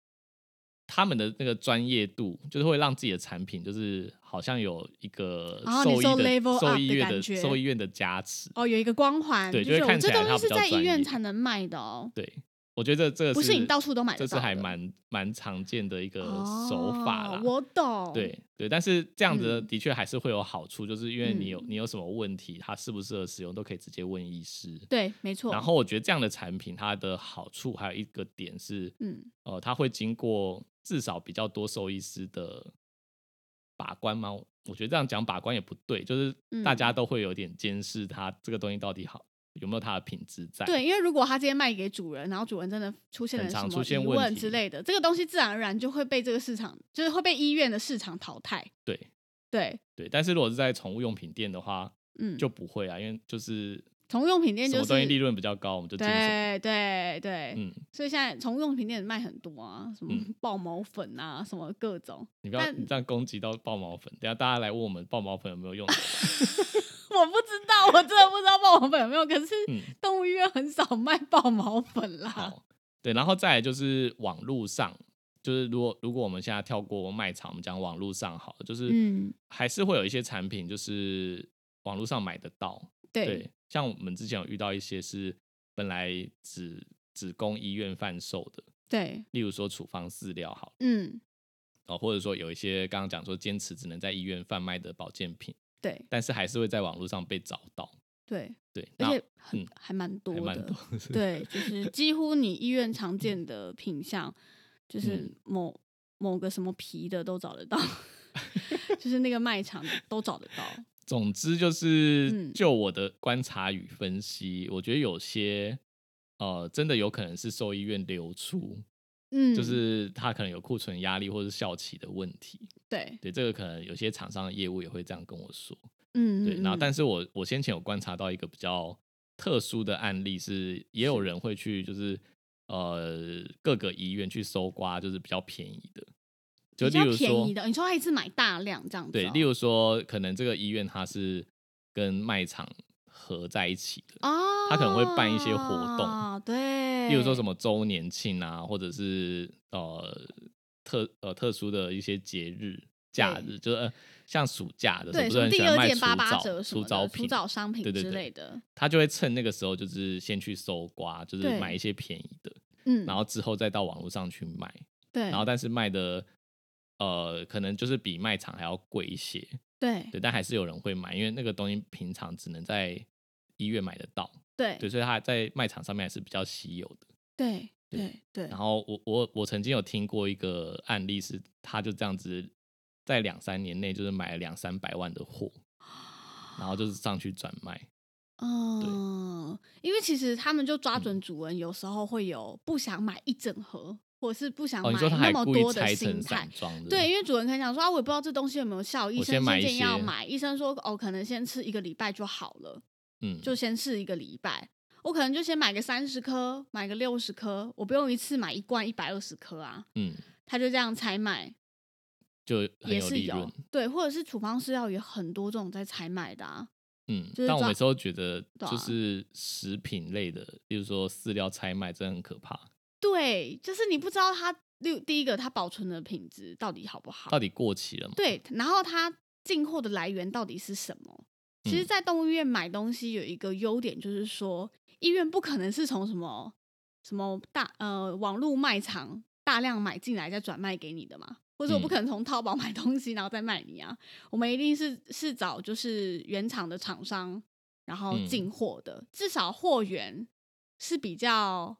Speaker 2: 他们的那个专业度，就是会让自己的产品，就是好像有一个
Speaker 1: 哦
Speaker 2: 受
Speaker 1: 你
Speaker 2: 益
Speaker 1: 说
Speaker 2: 的、
Speaker 1: level
Speaker 2: 受
Speaker 1: up
Speaker 2: 益
Speaker 1: 的
Speaker 2: 院
Speaker 1: 感
Speaker 2: 的
Speaker 1: 觉
Speaker 2: 受益院的加持。
Speaker 1: 哦，有一个光环，
Speaker 2: 对
Speaker 1: 就是
Speaker 2: 就会
Speaker 1: 我
Speaker 2: 看
Speaker 1: 这
Speaker 2: 起来
Speaker 1: 东
Speaker 2: 它
Speaker 1: 西是
Speaker 2: 比较
Speaker 1: 在医
Speaker 2: 专
Speaker 1: 院
Speaker 2: 业
Speaker 1: 才能卖的哦，
Speaker 2: 对，我觉得这这
Speaker 1: 不是你到处都买得
Speaker 2: 这是
Speaker 1: 到
Speaker 2: 还
Speaker 1: 的
Speaker 2: 蛮蛮常见的一个手法啦。
Speaker 1: 哦我懂，
Speaker 2: 对对，但是这样子
Speaker 1: 嗯
Speaker 2: 的确还是会有好处，就是因为你有
Speaker 1: 嗯
Speaker 2: 你有什么问题，它适不适合使用，都可以直接问医师。
Speaker 1: 对，没错。
Speaker 2: 然后我觉得这样的产品，它的好处还有一个点是，
Speaker 1: 嗯，
Speaker 2: 呃，它会经过至少比较多兽医师的把关吗？我觉得这样讲把关也不对，就是大
Speaker 1: 嗯
Speaker 2: 家都会有点监视它这个东西到底好有没有它的品质在。
Speaker 1: 对，因为如果他今天卖给主人，然后主人真的出现
Speaker 2: 很
Speaker 1: 了什
Speaker 2: 常
Speaker 1: 么
Speaker 2: 出现
Speaker 1: 疑
Speaker 2: 问
Speaker 1: 问
Speaker 2: 题
Speaker 1: 之类的，这个东西自然而然就会被这个市场，就是会被医院的市场淘汰。
Speaker 2: 对
Speaker 1: 对，
Speaker 2: 对，但是如果是在宠物用品店的话，
Speaker 1: 嗯，
Speaker 2: 就不会啊，因为就是
Speaker 1: 宠物用品店
Speaker 2: 什
Speaker 1: 就
Speaker 2: 么东西
Speaker 1: 是
Speaker 2: 利润比较高，我们就进什
Speaker 1: 对
Speaker 2: 么。
Speaker 1: 对对，
Speaker 2: 嗯，
Speaker 1: 所以现在宠物用品店卖很多啊，什么
Speaker 2: 嗯
Speaker 1: 爆毛粉啊，什么各种，
Speaker 2: 你不要
Speaker 1: 但
Speaker 2: 你这样攻击到爆毛粉，等一下大家来问我们爆毛粉有没
Speaker 1: [LAUGHS]
Speaker 2: 有用的
Speaker 1: 我不知道，我真的不知道爆毛粉有没有，可是
Speaker 2: 嗯
Speaker 1: 动物医院很少卖爆毛粉啦。
Speaker 2: 好，对，然后再来就是网络上，就是如果如果我们现在跳过卖场，我们讲网络上好了，就是
Speaker 1: 嗯
Speaker 2: 还是会有一些产品就是网络上买得到，
Speaker 1: 对，
Speaker 2: 像我们之前有遇到一些是本来只只供医院贩售的，
Speaker 1: 对，
Speaker 2: 例如说处方饲料好了，
Speaker 1: 嗯，
Speaker 2: 哦，或者说有一些刚刚讲说坚持只能在医院贩卖的保健品，
Speaker 1: 对
Speaker 2: 但是还是会在网络上被找到，
Speaker 1: 对，
Speaker 2: 对，
Speaker 1: 而
Speaker 2: 那
Speaker 1: 且很、
Speaker 2: 嗯
Speaker 1: 还蛮多
Speaker 2: 还蛮
Speaker 1: 的，
Speaker 2: 多的，
Speaker 1: 对，
Speaker 2: [LAUGHS]
Speaker 1: 就是几乎你医院常见的品相，就是
Speaker 2: 嗯
Speaker 1: 某、某个什么皮的都找得到， [LAUGHS] 就是那个卖场都找得
Speaker 2: [LAUGHS]
Speaker 1: 到。
Speaker 2: 总之就是，
Speaker 1: 嗯
Speaker 2: 就我的观察与分析，我觉得有些呃，真的有可能是兽医院流出，
Speaker 1: 嗯，
Speaker 2: 就是他可能有库存压力或是效期的问题。
Speaker 1: 对，
Speaker 2: 对，这个可能有些厂商的业务也会这样跟我说。
Speaker 1: 嗯，
Speaker 2: 对，
Speaker 1: 嗯
Speaker 2: 然
Speaker 1: 嗯
Speaker 2: 后但是我我先前有观察到一个比较特殊的案例是，也有人会去就是呃各个医院去搜刮，就是比较便宜的，就
Speaker 1: 比
Speaker 2: 例
Speaker 1: 较
Speaker 2: 如
Speaker 1: 便
Speaker 2: 说
Speaker 1: 宜的，你说他一次买大量这样子、哦，
Speaker 2: 对，例如说，可能这个医院它是跟卖场合在一起的，
Speaker 1: 哦，
Speaker 2: 他可能会办一些活动
Speaker 1: 对，
Speaker 2: 例如说什么周年庆啊，或者是呃特呃特殊的一些节日、假日，就是、呃、像暑假的时候，
Speaker 1: 对，
Speaker 2: 不
Speaker 1: 什
Speaker 2: 是
Speaker 1: 么
Speaker 2: 很喜
Speaker 1: 第
Speaker 2: 欢
Speaker 1: 二
Speaker 2: 卖
Speaker 1: 件
Speaker 2: 除
Speaker 1: 八八折
Speaker 2: 藻
Speaker 1: 什么
Speaker 2: 除
Speaker 1: 的
Speaker 2: 藻
Speaker 1: 除
Speaker 2: 品，
Speaker 1: 藻商品
Speaker 2: 对对
Speaker 1: 之
Speaker 2: 对
Speaker 1: 类的，
Speaker 2: 他就会趁那个时候就是先去搜刮，就是
Speaker 1: 对
Speaker 2: 买一些便宜的，
Speaker 1: 嗯，
Speaker 2: 然后之后再到网络上去卖，
Speaker 1: 对，
Speaker 2: 然后但是卖的。呃，可能就是比卖场还要贵一些，
Speaker 1: 对
Speaker 2: 对，但还是有人会买，因为那个东西平常只能在医院买得到，
Speaker 1: 对
Speaker 2: 对，所以它在卖场上面还是比较稀有的。
Speaker 1: 对
Speaker 2: 对
Speaker 1: 对对
Speaker 2: 然，后我我我曾经有听过一个案例是，他就这样子
Speaker 1: [GASPS]
Speaker 2: 在两三年内就是买了两三百万的货，然后就是上去转卖，
Speaker 1: 嗯，因为其实他们就抓准主人，有时候会有不想买一整盒，或者是不想
Speaker 2: 哦，
Speaker 1: 买
Speaker 2: 你说他
Speaker 1: 那
Speaker 2: 还
Speaker 1: 么
Speaker 2: 故意
Speaker 1: 多的
Speaker 2: 拆
Speaker 1: 心
Speaker 2: 成
Speaker 1: 态
Speaker 2: 散。装的，
Speaker 1: 对，因为主人可能想说啊，我也不知道这东西有没有效，医
Speaker 2: 我
Speaker 1: 生
Speaker 2: 先买
Speaker 1: 推荐
Speaker 2: 一
Speaker 1: 要
Speaker 2: 些
Speaker 1: 买，医生说哦，可能先吃一个礼拜就好了。
Speaker 2: 嗯，
Speaker 1: 就先试一个礼拜。我可能就先买个三十颗，买个六十颗，我不用一次买一罐一百二十颗啊。
Speaker 2: 嗯，
Speaker 1: 他就这样采买，
Speaker 2: 就很
Speaker 1: 也
Speaker 2: 有
Speaker 1: 是
Speaker 2: 利
Speaker 1: 有
Speaker 2: 润，
Speaker 1: 对，或者是处方师药也很多这种在采买的啊。
Speaker 2: 嗯。
Speaker 1: 就是
Speaker 2: 但我
Speaker 1: 抓
Speaker 2: 有时候觉得，
Speaker 1: 对
Speaker 2: 就
Speaker 1: 啊
Speaker 2: 是食品类的，比如说饲料拆卖，真的很可怕。
Speaker 1: 对，就是你不知道它六第一个它保存的品质到底好不好
Speaker 2: 到，底过期了吗？
Speaker 1: 对，然后它进货的来源到底是什么？其实，
Speaker 2: 嗯
Speaker 1: 在动物医院买东西有一个优点，就是说医院不可能是从什么什么大呃网络卖场大量买进来再转卖给你的嘛，或者我不
Speaker 2: 嗯
Speaker 1: 可能从淘宝买 [LAUGHS] 东西然后再卖你啊，我们一定是是找就是原厂的厂商，然后
Speaker 2: 嗯
Speaker 1: 进货的，至少货源是比较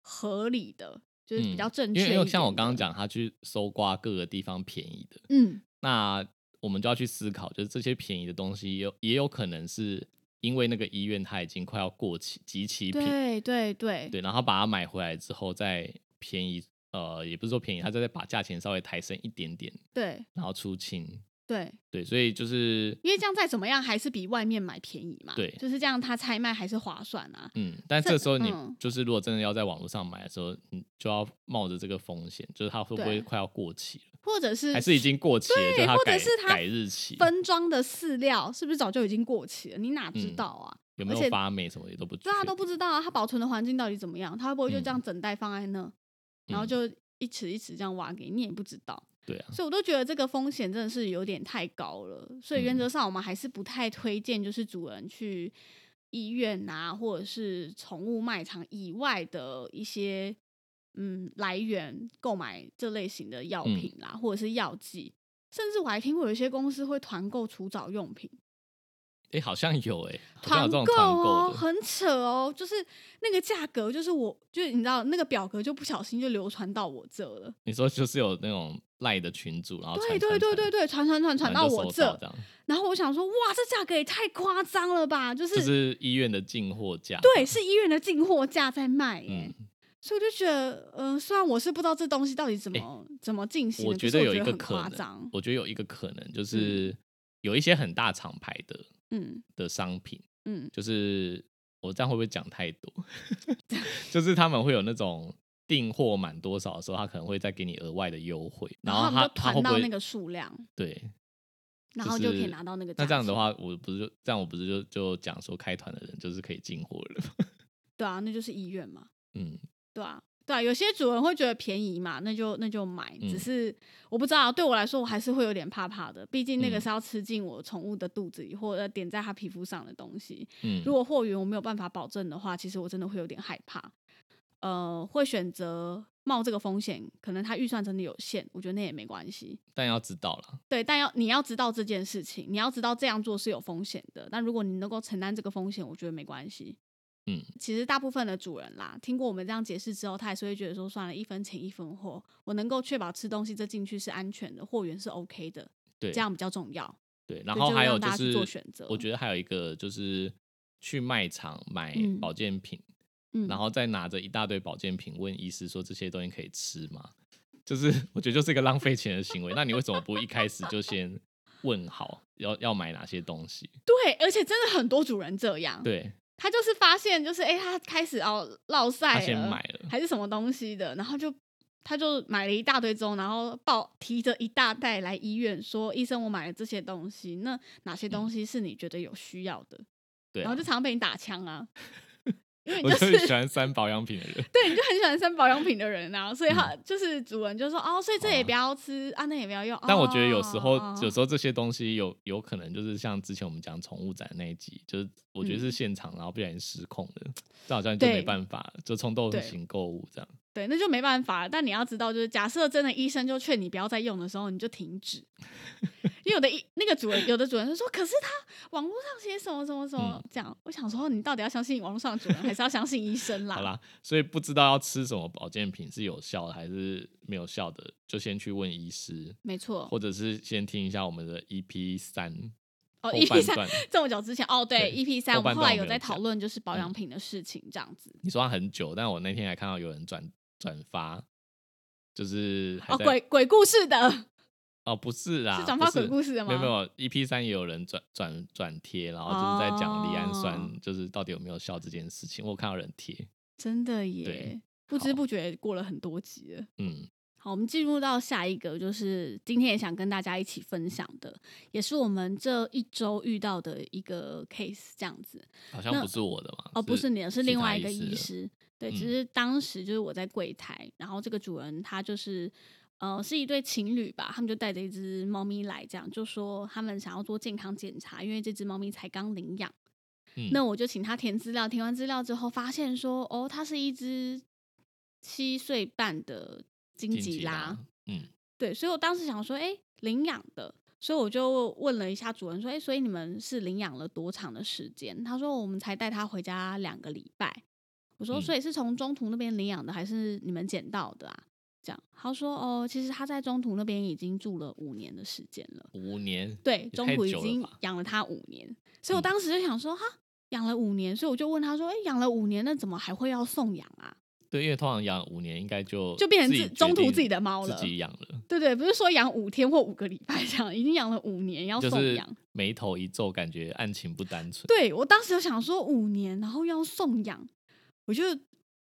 Speaker 1: 合理的，就是比
Speaker 2: 嗯
Speaker 1: 较正
Speaker 2: 因
Speaker 1: 确一
Speaker 2: 为
Speaker 1: 点的、
Speaker 2: 因为像我刚刚讲，他去搜刮各个地方便宜的，
Speaker 1: 嗯，
Speaker 2: 那我们就要去思考，就是这些便宜的东西也有也有可能是因为那个医院它已经快要过期集齐品，
Speaker 1: 对对对
Speaker 2: 对，然后把它买回来之后再便宜，呃，也不是说便宜，它再把价钱稍微抬升一点点，
Speaker 1: 对
Speaker 2: 然后出清。
Speaker 1: 对，
Speaker 2: 对，所以就是
Speaker 1: 因为这样再怎么样还是比外面买便宜嘛。
Speaker 2: 对
Speaker 1: 就是这样，它拆卖还是划算啊。
Speaker 2: 嗯，但
Speaker 1: 这
Speaker 2: 这时候你
Speaker 1: 嗯
Speaker 2: 就是如果真的要在网络上买的时候，你就要冒着这个风险，就是它会不
Speaker 1: 对
Speaker 2: 会快要过期了，
Speaker 1: 或者是
Speaker 2: 还是已经过期了，就
Speaker 1: 对
Speaker 2: 它
Speaker 1: 或者
Speaker 2: 改
Speaker 1: 是它
Speaker 2: 改日期，
Speaker 1: 分装的饲料是不是早就已经过期了？你哪知
Speaker 2: 嗯
Speaker 1: 道啊？
Speaker 2: 有没
Speaker 1: 而且
Speaker 2: 有发霉什么也都不确定，
Speaker 1: 大家都不知道啊，它保存的环境到底怎么样？它会不会就这样
Speaker 2: 嗯
Speaker 1: 整袋放在那，然后
Speaker 2: 嗯
Speaker 1: 就一尺一尺这样挖给你，你也不知道。
Speaker 2: 对啊，
Speaker 1: 所以我都觉得这个风险真的是有点太高了，所以原
Speaker 2: 嗯
Speaker 1: 则上我们还是不太推荐，就是主人去医院啊，或者是宠物卖场以外的一些嗯来源购买这类型的药
Speaker 2: 嗯
Speaker 1: 品啦，或者是药剂，甚至我还听过有一些公司会团购除藻用品，
Speaker 2: 哎，好像有哎，好像有这种团
Speaker 1: 哦，
Speaker 2: 购的，
Speaker 1: 很扯哦，就是那个价格，就是我就是你知道那个表格就不小心就流传到我这了，
Speaker 2: 你说就是有那种赖的群主，然后
Speaker 1: 对
Speaker 2: 传
Speaker 1: 对对对，对，传传传传
Speaker 2: 传
Speaker 1: 到
Speaker 2: 传
Speaker 1: 我
Speaker 2: 就收到
Speaker 1: 这
Speaker 2: 这。样，
Speaker 1: 然后我想说，哇，这价格也太夸张了吧！就是、
Speaker 2: 就是医院的进货价，
Speaker 1: 对，，是医院的进货价在卖耶，
Speaker 2: 嗯，
Speaker 1: 所以我就觉得，嗯、虽然我是不知道这东西到底怎么、怎么进行的，
Speaker 2: 我
Speaker 1: 可
Speaker 2: 觉
Speaker 1: 是
Speaker 2: 得
Speaker 1: 我
Speaker 2: 有一个
Speaker 1: 很
Speaker 2: 可
Speaker 1: 夸
Speaker 2: 能
Speaker 1: 张，，
Speaker 2: 我觉得有一个可能就是有一些很大厂牌的
Speaker 1: 嗯
Speaker 2: 的商品，
Speaker 1: 嗯，
Speaker 2: 就是我这样会不会讲太多？ [LAUGHS] 就是他们会有那种订货满多少的时候，他可能会再给你额外的优惠，然
Speaker 1: 后
Speaker 2: 后
Speaker 1: 他
Speaker 2: 他
Speaker 1: 们就
Speaker 2: 他会
Speaker 1: 团
Speaker 2: 不
Speaker 1: 到
Speaker 2: 会
Speaker 1: 那个数量，
Speaker 2: 对？
Speaker 1: 然
Speaker 2: 就
Speaker 1: 后就可以
Speaker 2: 是
Speaker 1: 拿到那个价钱。
Speaker 2: 那这样的话，我不是就这样，我不是就就讲说开团的人就是可以进货了吗？
Speaker 1: 对啊，那就是医院嘛，
Speaker 2: 嗯，
Speaker 1: 对啊。对啊，有些主人会觉得便宜嘛，那就那就买。
Speaker 2: 嗯
Speaker 1: 只是我不知道，对我来说，我还是会有点怕怕的。毕竟那个
Speaker 2: 嗯
Speaker 1: 是要吃进我宠物的肚子里，或者点在它皮肤上的东西。
Speaker 2: 嗯
Speaker 1: 如果货源我没有办法保证的话，其实我真的会有点害怕，呃，会选择冒这个风险。可能他预算真的有限，我觉得那也没关系。
Speaker 2: 但要知道啦，
Speaker 1: 对，但要你要知道这件事情，你要知道这样做是有风险的。但如果你能够承担这个风险，我觉得没关系。
Speaker 2: 嗯，
Speaker 1: 其实大部分的主人啦，听过我们这样解释之后，他还是会觉得说，算了，一分钱一分货，我能够确保吃东西这进去是安全的，货源是 OK 的，
Speaker 2: 对，
Speaker 1: 这样比较重要。
Speaker 2: 对。然
Speaker 1: 对
Speaker 2: 后
Speaker 1: 就
Speaker 2: 还
Speaker 1: 让
Speaker 2: 有
Speaker 1: 大
Speaker 2: 就
Speaker 1: 家去
Speaker 2: 是
Speaker 1: 做选择
Speaker 2: 我觉得还有一个就是去卖场买
Speaker 1: 嗯
Speaker 2: 保健品，
Speaker 1: 嗯，
Speaker 2: 然后再拿着一大堆保健品问医师说这些东西可以吃吗？ [LAUGHS] 就是我觉得就是一个浪费钱的行为。那你为什么不一开始就先问好要要买哪些东西？
Speaker 1: 对，而且真的很多主人这样。
Speaker 2: 对，
Speaker 1: 他就是发现，就是哎、诶他开始哦落晒
Speaker 2: 他
Speaker 1: 了，
Speaker 2: 先买了，
Speaker 1: 还是什么东西的，然后就他就买了一大堆之后，然后抱提着一大袋来医院说：“医生，我买了这些东西，那哪些东西是你觉得有需要的？”
Speaker 2: 嗯对啊、
Speaker 1: 然后就 [LAUGHS] 常被你打枪啊，
Speaker 2: [LAUGHS]
Speaker 1: 因为你
Speaker 2: 我
Speaker 1: 就
Speaker 2: 就是是喜欢三保养品的人。
Speaker 1: 对，你就很喜欢生保养品的人啊，所以
Speaker 2: 嗯
Speaker 1: 他、就是主人就说：“哦，所以这也不要吃啊，那也不要用。哦”
Speaker 2: 但我觉得有时候，有
Speaker 1: 哦
Speaker 2: 时候这些东西有有可能就是像之前我们讲宠物展那一集，就是我觉得是现场，然后不小心失控的，这好像就
Speaker 1: 嗯对
Speaker 2: 没办法，就冲动
Speaker 1: 对
Speaker 2: 型购物这样。
Speaker 1: 对，那就没办法了。但你要知道，就是假设真的医生就劝你不要再用的时候，你就停止。因为有的医那个主人，有的主人就说：“可是他网络上写什么什么什么
Speaker 2: 嗯
Speaker 1: 这样。”我想说，你到底要相信网络上的主人，还是要相信医生啦？
Speaker 2: 好啦，所以不知道要吃什么保健品是有效的还是没有效的，就先去问医师，
Speaker 1: 没错
Speaker 2: 或者是先听一下我们的 EP E 三，
Speaker 1: 哦
Speaker 2: 后
Speaker 1: ，EP
Speaker 2: 半
Speaker 1: 三
Speaker 2: 段，
Speaker 1: 这么久之前，哦，对
Speaker 2: 对
Speaker 1: ，EP 三，
Speaker 2: 后
Speaker 1: 我们
Speaker 2: 半
Speaker 1: 后
Speaker 2: 段
Speaker 1: 来有
Speaker 2: 我没有
Speaker 1: 在
Speaker 2: 讲嗯
Speaker 1: 讨论就是保养品的事情，这样子。
Speaker 2: 你说它很久，但我那天还看到有人转转发，就是还
Speaker 1: 哦，
Speaker 2: 在
Speaker 1: 鬼鬼故事的，
Speaker 2: 哦不是啦，
Speaker 1: 是转
Speaker 2: 不
Speaker 1: 发鬼故事的吗？
Speaker 2: 没有没有，EP 三也有人转转转贴，然后就是在讲离氨酸、
Speaker 1: 哦
Speaker 2: 就是到底有没有效这件事情，我有看到人贴，
Speaker 1: 真的
Speaker 2: 对
Speaker 1: 耶，不知
Speaker 2: 好
Speaker 1: 不觉过了很多集了。
Speaker 2: 嗯，
Speaker 1: 好，我们进入到下一个，就是今天也想跟大家一起分享的，也是我们这一周遇到的一个 case，这样子。
Speaker 2: 好像
Speaker 1: 那
Speaker 2: 不是我的嘛，
Speaker 1: 哦，不是你的，是另
Speaker 2: 他
Speaker 1: 外一
Speaker 2: 医
Speaker 1: 个
Speaker 2: 师
Speaker 1: 医
Speaker 2: 的，
Speaker 1: 师。对，
Speaker 2: 嗯
Speaker 1: 只是当时就是我在柜台，然后这个主人他就是呃是一对情侣吧，他们就带着一只猫咪来，这样就说他们想要做健康检查，因为这只猫咪才刚领养。
Speaker 2: 嗯
Speaker 1: 那我就请他填资料，填完资料之后发现说，哦，它是一只七岁半的金
Speaker 2: 金
Speaker 1: 吉
Speaker 2: 吉
Speaker 1: 拉
Speaker 2: 拉。，嗯，
Speaker 1: 对，所以我当时想说，哎、领养的，所以我就问了一下主人说，哎、所以你们是领养了多长的时间？他说我们才带它回家两个礼拜。我说，
Speaker 2: 嗯
Speaker 1: 所以是从中途那边领养的，还是你们捡到的啊？这样，他说，哦，其实他在中途那边已经住了五年的时间了。
Speaker 2: 五年，
Speaker 1: 对，
Speaker 2: 哦也
Speaker 1: 中
Speaker 2: 太
Speaker 1: 途已
Speaker 2: 久了
Speaker 1: 经
Speaker 2: 吧
Speaker 1: 养了它五年，所以我
Speaker 2: 嗯
Speaker 1: 当时就想说，哈，养了五年，所以我就问他说，哎、养了五年，那怎么还会要送养啊？
Speaker 2: 对，因为通常养五年应该就
Speaker 1: 就变成
Speaker 2: 自己
Speaker 1: 自中
Speaker 2: 决
Speaker 1: 途
Speaker 2: 定
Speaker 1: 自己的猫了
Speaker 2: 自己养了，
Speaker 1: 对对，不是说养五天或五个礼拜这样，已经养了五年要
Speaker 2: 就
Speaker 1: 送
Speaker 2: 是
Speaker 1: 养。
Speaker 2: 眉头一皱，感觉案情不单纯，
Speaker 1: 对我当时就想说五年，然后要送养，我就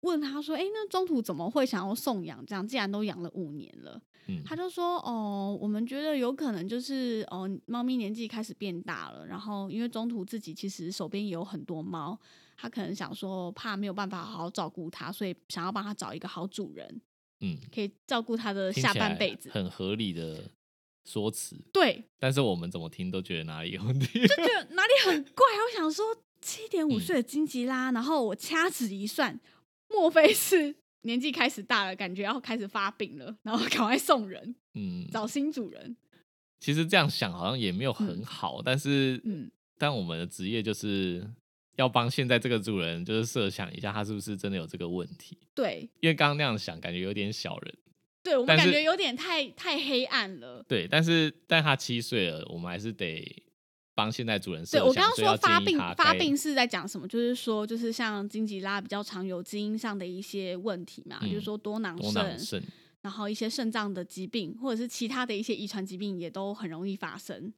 Speaker 1: 问他说：“哎，那中途怎么会想要送养？这样既然都养了五年了。”
Speaker 2: 嗯，
Speaker 1: 他就说：“哦，我们觉得有可能就是哦，猫咪年纪开始变大了，然后因为中途自己其实手边也有很多猫，他可能想说怕没有办法好好照顾它，所以想要帮它找一个好主人，
Speaker 2: 嗯，
Speaker 1: 可以照顾它的
Speaker 2: 听
Speaker 1: 下
Speaker 2: 起
Speaker 1: 半
Speaker 2: 来
Speaker 1: 辈子。
Speaker 2: 很合理的说辞，
Speaker 1: 对，
Speaker 2: 但是我们怎么听都觉得哪里有问
Speaker 1: [LAUGHS]
Speaker 2: 题，
Speaker 1: 就哪里很怪，我想说七点五
Speaker 2: 嗯
Speaker 1: 岁的金吉拉，然后我掐指一算，莫非是年纪开始大了，感觉要开始发病了，然后赶快送人
Speaker 2: 嗯，
Speaker 1: 找新主人。
Speaker 2: 其实这样想好像也没有
Speaker 1: 嗯
Speaker 2: 很好，但是，
Speaker 1: 嗯
Speaker 2: 但我们的职业就是要帮现在这个主人，就是设想一下他是不是真的有这个问题，
Speaker 1: 对
Speaker 2: 因为刚刚那样想感觉有点小人，
Speaker 1: 对，我们
Speaker 2: 但
Speaker 1: 感
Speaker 2: 是
Speaker 1: 觉有点太太黑暗了。
Speaker 2: 对，但是但他七岁了，我们还是得帮现在主人设
Speaker 1: 对
Speaker 2: 想，
Speaker 1: 我刚刚
Speaker 2: 所以要
Speaker 1: 说发
Speaker 2: 建议
Speaker 1: 病
Speaker 2: 他
Speaker 1: 发
Speaker 2: 该
Speaker 1: 病是在讲什么？就是说，就是像金吉拉比较常有基因上的一些问题嘛，比如
Speaker 2: 嗯
Speaker 1: 说多囊
Speaker 2: 多囊肾，
Speaker 1: 然后一些肾脏的疾病，或者是其他的一些遗传疾病也都很容易发生。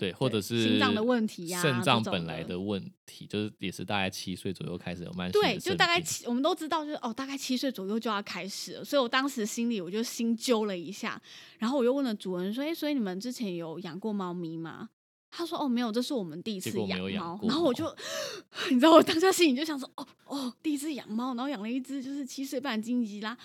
Speaker 2: 对，或者是
Speaker 1: 心脏的问题呀
Speaker 2: 肾脏
Speaker 1: 这种
Speaker 2: 本来
Speaker 1: 的
Speaker 2: 的问题，就是也是大概七岁左右开始有慢性的
Speaker 1: 对，就大概
Speaker 2: 肾病
Speaker 1: 七，我们都知道，就是哦，大概七岁左右就要开始了，所以我当时心里我就心揪了一下，然后我又问了主人说：“哎、所以你们之前有养过猫咪吗？”他说：“哦，没有，这是我们第一次
Speaker 2: 结果没有养
Speaker 1: 猫。”
Speaker 2: 过
Speaker 1: 然后我就， [LAUGHS] 你知道，我当下心里就想说：“哦哦，第一次养猫，然后养了一只就是七岁半的金吉拉。”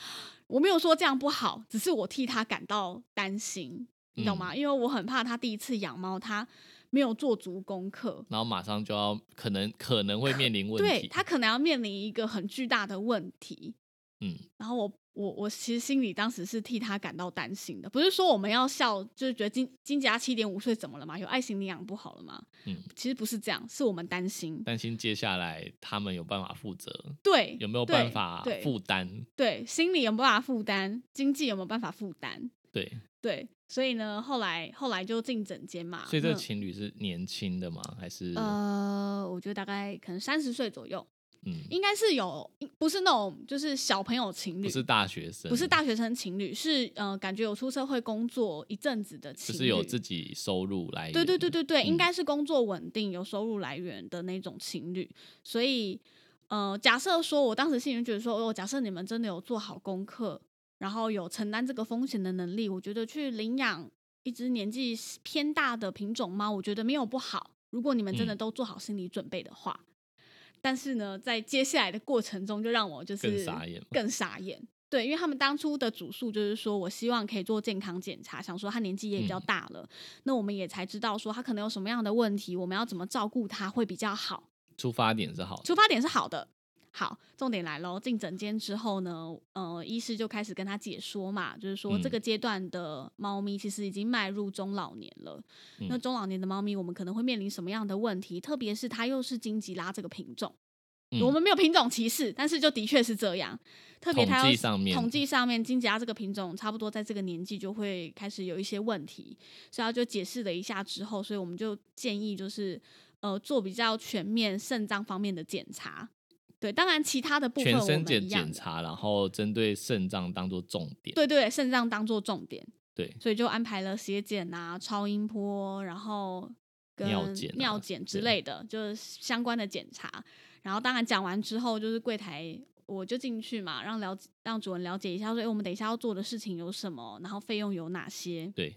Speaker 1: 我没有说这样不好，只是我替他感到担心，你懂
Speaker 2: 嗯
Speaker 1: 吗？因为我很怕他第一次养猫，他没有做足功课，
Speaker 2: 然后马上就要可能可能会面临问题，
Speaker 1: 对他可能要面临一个很巨大的问题。
Speaker 2: 嗯，
Speaker 1: 然后我我我其实心里当时是替他感到担心的，不是说我们要笑，就是觉得金金吉拉七点五岁怎么了嘛，有爱心领养不好了嘛？
Speaker 2: 嗯，
Speaker 1: 其实不是这样，是我们担心，
Speaker 2: 担心接下来他们有办法负责，
Speaker 1: 对，
Speaker 2: 有没有
Speaker 1: 对
Speaker 2: 办法
Speaker 1: 对
Speaker 2: 负担？
Speaker 1: 对，心理有没有办法负担，经济有没有办法负担？
Speaker 2: 对，
Speaker 1: 对，所以呢，后来后来就进诊间嘛，
Speaker 2: 所以这个
Speaker 1: 啊那
Speaker 2: 情侣是年轻的吗？还是
Speaker 1: 呃，我觉得大概可能三十岁左右，
Speaker 2: 嗯，
Speaker 1: 应该是有，不是那种就是小朋友情侣，
Speaker 2: 不是大学生，
Speaker 1: 不是，大学生情侣，是呃，感觉有出社会工作一阵子的情侣，
Speaker 2: 就是有自己收入来源。
Speaker 1: 对对对对对，
Speaker 2: 嗯
Speaker 1: 应该是工作稳定、有收入来源的那种情侣。所以，呃，假设说我当时心里觉得说，哦，假设你们真的有做好功课，然后有承担这个风险的能力，我觉得去领养一只年纪偏大的品种猫，我觉得没有不好。如果你们真的
Speaker 2: 嗯
Speaker 1: 都做好心理准备的话，但是呢，在接下来的过程中，就让我就是
Speaker 2: 更傻眼嘛
Speaker 1: 更傻眼。对，因为他们当初的主诉就是说，我希望可以做健康检查，想说他年纪也比较
Speaker 2: 嗯
Speaker 1: 大了，那我们也才知道说他可能有什么样的问题，我们要怎么照顾他会比较好。
Speaker 2: 出发点是好的，
Speaker 1: 出发点是好的。好，重点来喽。进诊间之后呢，呃，医师就开始跟他解说嘛，就是说
Speaker 2: 嗯
Speaker 1: 这个阶段的猫咪其实已经迈入中老年了。
Speaker 2: 嗯
Speaker 1: 那中老年的猫咪，我们可能会面临什么样的问题？特别是它又是金吉拉这个品种，
Speaker 2: 嗯
Speaker 1: 我们没有品种歧视，但是就的确是这样。特别
Speaker 2: 统
Speaker 1: 它要
Speaker 2: 计上面
Speaker 1: 统计上面，金吉拉这个品种差不多在这个年纪就会开始有一些问题，所以他就解释了一下之后，所以我们就建议就是呃做比较全面肾脏方面的检查。对，当然其他的部分
Speaker 2: 全
Speaker 1: 我们
Speaker 2: 身检
Speaker 1: 一样
Speaker 2: 检
Speaker 1: 的。
Speaker 2: 查，然后针对肾脏当做重点。
Speaker 1: 对对，肾脏当做重点，
Speaker 2: 对，
Speaker 1: 所以就安排了血检啊、超音波，然后跟
Speaker 2: 尿检啊
Speaker 1: 尿检之
Speaker 2: 对
Speaker 1: 类的，就是相关的检查。然后当然讲完之后，就是柜台我就进去嘛，让了让主人了解一下，说哎，诶我们等一下要做的事情有什么，然后费用有哪些，
Speaker 2: 对，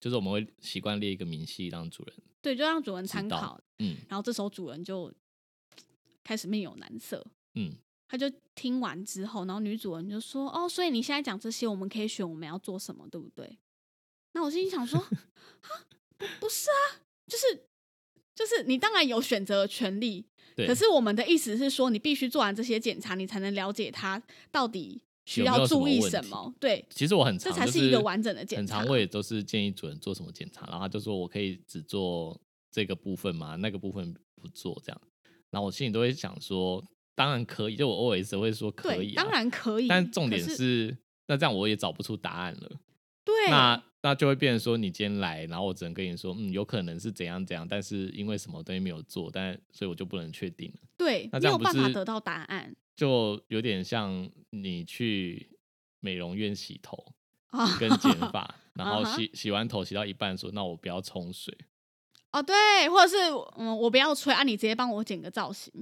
Speaker 2: 就是我们会习惯列一个明细让主人，
Speaker 1: 对，就让主人
Speaker 2: 知
Speaker 1: 参
Speaker 2: 道
Speaker 1: 考。
Speaker 2: 嗯
Speaker 1: 然后这时候主人就开始面有难色，
Speaker 2: 嗯，
Speaker 1: 他就听完之后，然后女主人就说：“哦，所以你现在讲这些，我们可以选我们要做什么，对不对？”那我心里想说：“啊，不不是啊，就是就是你当然有选择的权利，
Speaker 2: 对。
Speaker 1: 可是我们的意思是说，你必须做完这些检查，你才能了解他到底需
Speaker 2: 有没
Speaker 1: 要
Speaker 2: 有什
Speaker 1: 注
Speaker 2: 么
Speaker 1: 意
Speaker 2: 问
Speaker 1: 什
Speaker 2: 题
Speaker 1: 么。对，
Speaker 2: 其实我很
Speaker 1: 这
Speaker 2: 常
Speaker 1: 才
Speaker 2: 就是
Speaker 1: 一个完整的检
Speaker 2: 很常
Speaker 1: 查
Speaker 2: 我也都是建议主人做什么检查，然后他就说我可以只做这个部分嘛，那个部分不做这样。然后我心里都会想说，当然可以，就我 always 会说可
Speaker 1: 对
Speaker 2: 以、，啊，
Speaker 1: 当。然可以。
Speaker 2: 但重
Speaker 1: 可
Speaker 2: 点是，那这样我也找不出答案了。
Speaker 1: 对，
Speaker 2: 那那就会变成说，你今天来，然后我只能跟你说，嗯，有可能是怎样怎样，但是因为什么东西没有做，但所以我就不能确定了。
Speaker 1: 对，
Speaker 2: 那
Speaker 1: 没
Speaker 2: 这
Speaker 1: 有
Speaker 2: 样不
Speaker 1: 办法
Speaker 2: 是
Speaker 1: 得到答案
Speaker 2: 就有点像你去美容院洗
Speaker 1: [LAUGHS]
Speaker 2: 头，
Speaker 1: 啊。
Speaker 2: 跟剪发，然后
Speaker 1: 嗯哼
Speaker 2: 洗洗完头洗到一半说，那我不要冲水，
Speaker 1: 哦，对，或者是嗯，我不要吹啊，你直接帮我剪个造型。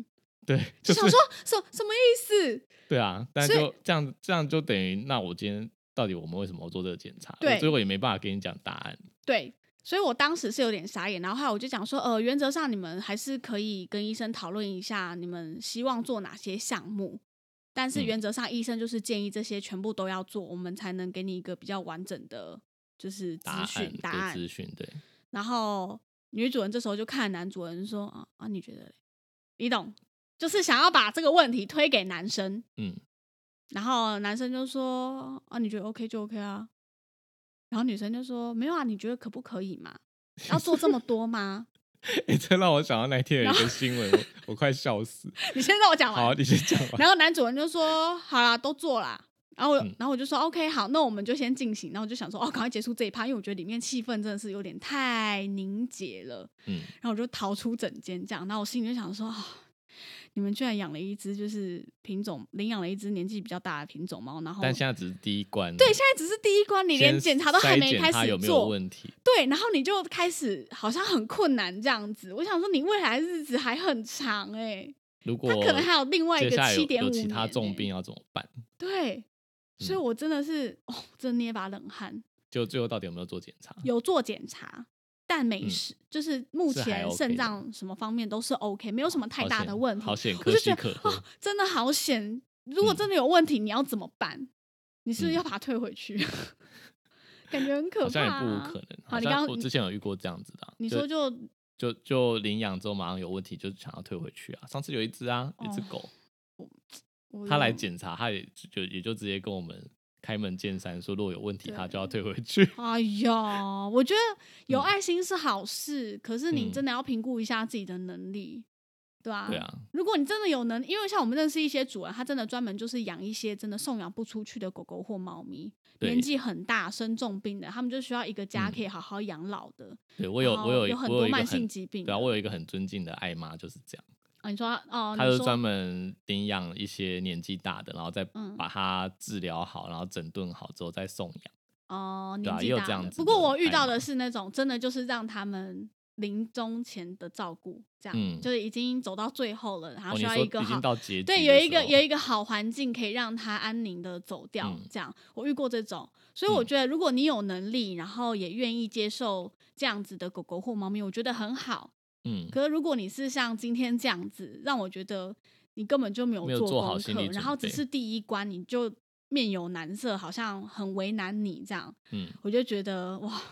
Speaker 2: 对，就
Speaker 1: 就是想说什什么意思？
Speaker 2: 对啊，但
Speaker 1: 所以
Speaker 2: 就这样这样就等于，那我今天到底我们为什么要做这个检查？我
Speaker 1: 对
Speaker 2: 最后也没办法给你讲答案，
Speaker 1: 对，所以我当时是有点傻眼，然后后来我就讲说，呃，原则上你们还是可以跟医生讨论一下，你们希望做哪些项目。但是
Speaker 2: 嗯
Speaker 1: 原则上，医生就是建议这些全部都要做，我们才能给你一个比较完整的，就是资
Speaker 2: 答案
Speaker 1: 讯答
Speaker 2: 对
Speaker 1: 案。
Speaker 2: 资讯，对， [LAUGHS]
Speaker 1: 然后女主人这时候就看男主人说：“啊啊，你觉得嘞？你懂，就是想要把这个问题推给男生。”
Speaker 2: 嗯，
Speaker 1: 然后男生就说：“啊，你觉得 OK 就 OK 啊。”然后女生就说：“没有啊，你觉得可不可以嘛？要做这么多吗？
Speaker 2: 欸这让我想到那天有一个新闻，我我快笑死。
Speaker 1: 你先让我讲
Speaker 2: 好，
Speaker 1: 完。
Speaker 2: 你先讲完。
Speaker 1: 啊然后男主人就说：“好啦，都做啦。”然后我，
Speaker 2: 嗯
Speaker 1: 然后我就说：“OK，好，那我们就先进行。”然后我就想说：“哦，赶快结束这一趴，因为我觉得里面气氛真的是有点太凝结了。”
Speaker 2: 嗯，
Speaker 1: 然后我就逃出整间这样，然后我心里就想说，啊你们居然养了一只就是品种领养了一只年纪比较大的品种猫，然后
Speaker 2: 但现在只是第一关，
Speaker 1: 哦对，现在只是第一关，你连
Speaker 2: 先
Speaker 1: 检查都还
Speaker 2: 筛
Speaker 1: 没
Speaker 2: 检
Speaker 1: 开
Speaker 2: 它
Speaker 1: 始
Speaker 2: 有没有
Speaker 1: 做，
Speaker 2: 问题？
Speaker 1: 对，然后你就开始好像很困难这样子。我想说，你未来日子还很长哎、
Speaker 2: 如果
Speaker 1: 它可能还有另外一
Speaker 2: 接
Speaker 1: 个
Speaker 2: 下来
Speaker 1: 七
Speaker 2: 有
Speaker 1: 点五
Speaker 2: 有
Speaker 1: 年、
Speaker 2: 其他重病
Speaker 1: 欸，
Speaker 2: 要怎么办？
Speaker 1: 对，所以
Speaker 2: 嗯
Speaker 1: 我真的是哦，真捏把冷汗。
Speaker 2: 就最后到底有没有做检查？
Speaker 1: 有做检查，但没
Speaker 2: 嗯
Speaker 1: 事，就是目
Speaker 2: 是还
Speaker 1: 前
Speaker 2: OK
Speaker 1: 肾
Speaker 2: 的哦
Speaker 1: 脏什么方面都是 OK，没有什么太
Speaker 2: 好
Speaker 1: 大
Speaker 2: 险
Speaker 1: 的问题。
Speaker 2: 好险，
Speaker 1: 我
Speaker 2: 可
Speaker 1: 就
Speaker 2: 喜
Speaker 1: 觉
Speaker 2: 可
Speaker 1: 得哦
Speaker 2: 贺。，
Speaker 1: 真的好险！如果
Speaker 2: 嗯
Speaker 1: 真的有问题，你要怎么办？你是不是
Speaker 2: 嗯
Speaker 1: 要把它退回去？ [LAUGHS] 感觉很可
Speaker 2: 好
Speaker 1: 怕、
Speaker 2: 像也
Speaker 1: 啊。
Speaker 2: 不无可能。
Speaker 1: 好
Speaker 2: 好
Speaker 1: 你刚
Speaker 2: 像
Speaker 1: 刚
Speaker 2: 我
Speaker 1: 你
Speaker 2: 之前有遇过这样子的啊、
Speaker 1: 你说就
Speaker 2: 就就领养之后马上有问题，就想要退回去啊。上次有一只啊，一只
Speaker 1: 哦
Speaker 2: 狗，
Speaker 1: 我
Speaker 2: 它来
Speaker 1: 有
Speaker 2: 检查，它也就也就直接跟我们开门见山说，如果有问题，它就要退回去。
Speaker 1: 哎呀，我觉得有
Speaker 2: 嗯
Speaker 1: 爱心是好事，可是你
Speaker 2: 嗯
Speaker 1: 真的要评估一下自己的能力，对吧、
Speaker 2: 对啊，
Speaker 1: 如果你真的有能，因为像我们认识一些主人，他真的专门就是养一些真的送养不出去的狗狗或猫咪，
Speaker 2: 对
Speaker 1: 年纪很大、生重病的，他们就需要一个家
Speaker 2: 嗯
Speaker 1: 可以好好养老的。
Speaker 2: 对我有
Speaker 1: 然后
Speaker 2: 我有
Speaker 1: 哦有很
Speaker 2: 我
Speaker 1: 多
Speaker 2: 一个
Speaker 1: 慢
Speaker 2: 很
Speaker 1: 性疾病
Speaker 2: 对啊，
Speaker 1: 的
Speaker 2: 我有一个很尊敬的爱妈就是这样。
Speaker 1: 啊，你说哦，
Speaker 2: 他
Speaker 1: 你
Speaker 2: 就
Speaker 1: 说
Speaker 2: 专门领养一些年纪大的，然后再
Speaker 1: 嗯
Speaker 2: 把它治疗好，然后整顿好之后再送养。
Speaker 1: 哦，
Speaker 2: 对
Speaker 1: 年
Speaker 2: 啊
Speaker 1: 纪
Speaker 2: 也有
Speaker 1: 大
Speaker 2: 这样
Speaker 1: 的
Speaker 2: 子
Speaker 1: 不过
Speaker 2: 的
Speaker 1: 我遇
Speaker 2: 爱
Speaker 1: 到
Speaker 2: 嘛
Speaker 1: 的是那种真的就是让他们临终前的照顾，这样、
Speaker 2: 嗯
Speaker 1: 就是已经走到最后了，然后
Speaker 2: 哦，
Speaker 1: 需
Speaker 2: 你
Speaker 1: 要
Speaker 2: 说
Speaker 1: 一个
Speaker 2: 已
Speaker 1: 好
Speaker 2: 经。到结局的时
Speaker 1: 对，
Speaker 2: 候，
Speaker 1: 有一个有一个好环境可以让他安宁的走掉，
Speaker 2: 嗯
Speaker 1: 这样我遇过这种，所以我
Speaker 2: 嗯
Speaker 1: 觉得如果你有能力，然后也愿意接受这样子的狗狗或猫咪，我觉得很好。
Speaker 2: 嗯，
Speaker 1: 可是如果你是像今天这样子，让我觉得你根本就没有
Speaker 2: 没有
Speaker 1: 做
Speaker 2: 做好
Speaker 1: 功
Speaker 2: 心
Speaker 1: 课
Speaker 2: 理，
Speaker 1: 然
Speaker 2: 准
Speaker 1: 后只
Speaker 2: 备
Speaker 1: 是第一关你就面有难色，好像很为难你这样，
Speaker 2: 嗯，
Speaker 1: 我就觉得哇，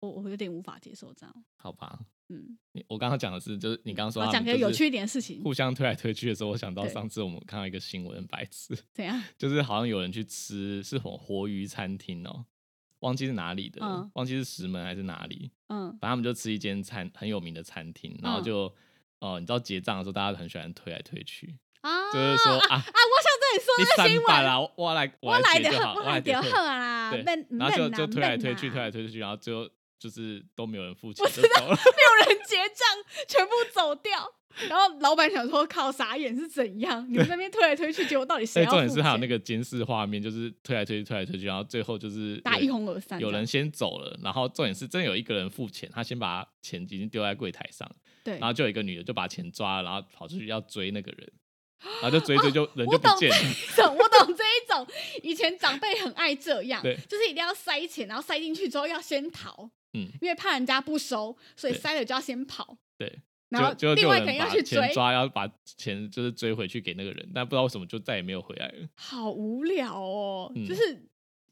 Speaker 1: 我我有点无法接受这样。
Speaker 2: 好吧。
Speaker 1: 嗯，
Speaker 2: 你我刚刚讲的是，就是你刚刚说
Speaker 1: 好哦
Speaker 2: 他
Speaker 1: 讲
Speaker 2: 们
Speaker 1: 个有
Speaker 2: 就是
Speaker 1: 趣一点的事情
Speaker 2: 互相推来推去的时候，我想到
Speaker 1: 对
Speaker 2: 上次我们看到一个新闻，很白痴，
Speaker 1: 怎样？
Speaker 2: 就是好像有人去吃是活活鱼餐厅哦，忘记是哪里的，
Speaker 1: 嗯
Speaker 2: 忘记是石门还是哪里，
Speaker 1: 嗯
Speaker 2: 反正他们就吃一间餐很有名的餐厅，然后
Speaker 1: 嗯
Speaker 2: 就、哦，你知道结账的时候，大家很喜欢推来推去，
Speaker 1: 啊，
Speaker 2: 就是说
Speaker 1: 啊
Speaker 2: 啊，
Speaker 1: 啊，我 [LAUGHS]
Speaker 2: 你
Speaker 1: 想跟你说的
Speaker 2: 三
Speaker 1: 新
Speaker 2: 百
Speaker 1: 闻，
Speaker 2: 啦，我我来
Speaker 1: 我
Speaker 2: 来
Speaker 1: 来
Speaker 2: 解
Speaker 1: 的
Speaker 2: 就好，
Speaker 1: 我
Speaker 2: 来
Speaker 1: 来
Speaker 2: 解
Speaker 1: 的
Speaker 2: 就
Speaker 1: 喝
Speaker 2: 好
Speaker 1: 啊，
Speaker 2: 对
Speaker 1: 闷
Speaker 2: 然后就
Speaker 1: 闷啊
Speaker 2: 就推来推去，
Speaker 1: 闷啊
Speaker 2: 推来推去，然后最后就是都没有人付钱就走了。
Speaker 1: 没有人结账，全部走掉。然后老板想说，靠，傻眼是怎样？你们那边推来推去，结果到底谁
Speaker 2: [LAUGHS] 所以
Speaker 1: 要付
Speaker 2: 重
Speaker 1: 钱？
Speaker 2: 点是还有那个监视画面，就是推来推去，推来推去，然后最后就是
Speaker 1: 大家
Speaker 2: 有
Speaker 1: 一哄而散，
Speaker 2: 有人先走了，然后重点是真有一个人付钱，他先把钱已经丢在柜台上，
Speaker 1: 这样
Speaker 2: 然后就有一个女的就把钱抓了，然后跑出去要追那个
Speaker 1: [GASPS]
Speaker 2: 人，然后就追追就、人
Speaker 1: 哦我
Speaker 2: 就不
Speaker 1: 懂
Speaker 2: 见了。
Speaker 1: 对，懂我懂这一种。以前长辈很爱这样
Speaker 2: 对，
Speaker 1: 就是一定要塞钱，然后塞进去之后要先逃，
Speaker 2: 嗯，
Speaker 1: 因为怕人家不收，所以
Speaker 2: 对
Speaker 1: 塞了就要先跑。
Speaker 2: 对，
Speaker 1: 然后
Speaker 2: 就就
Speaker 1: 另
Speaker 2: 就
Speaker 1: 外一
Speaker 2: 有
Speaker 1: 个人
Speaker 2: 人
Speaker 1: 要
Speaker 2: 把
Speaker 1: 去
Speaker 2: 钱
Speaker 1: 追，
Speaker 2: 抓，要把钱就是追回去给那个人，但不知道为什么就再也没有回来了。
Speaker 1: 好无聊哦。
Speaker 2: 嗯
Speaker 1: 就是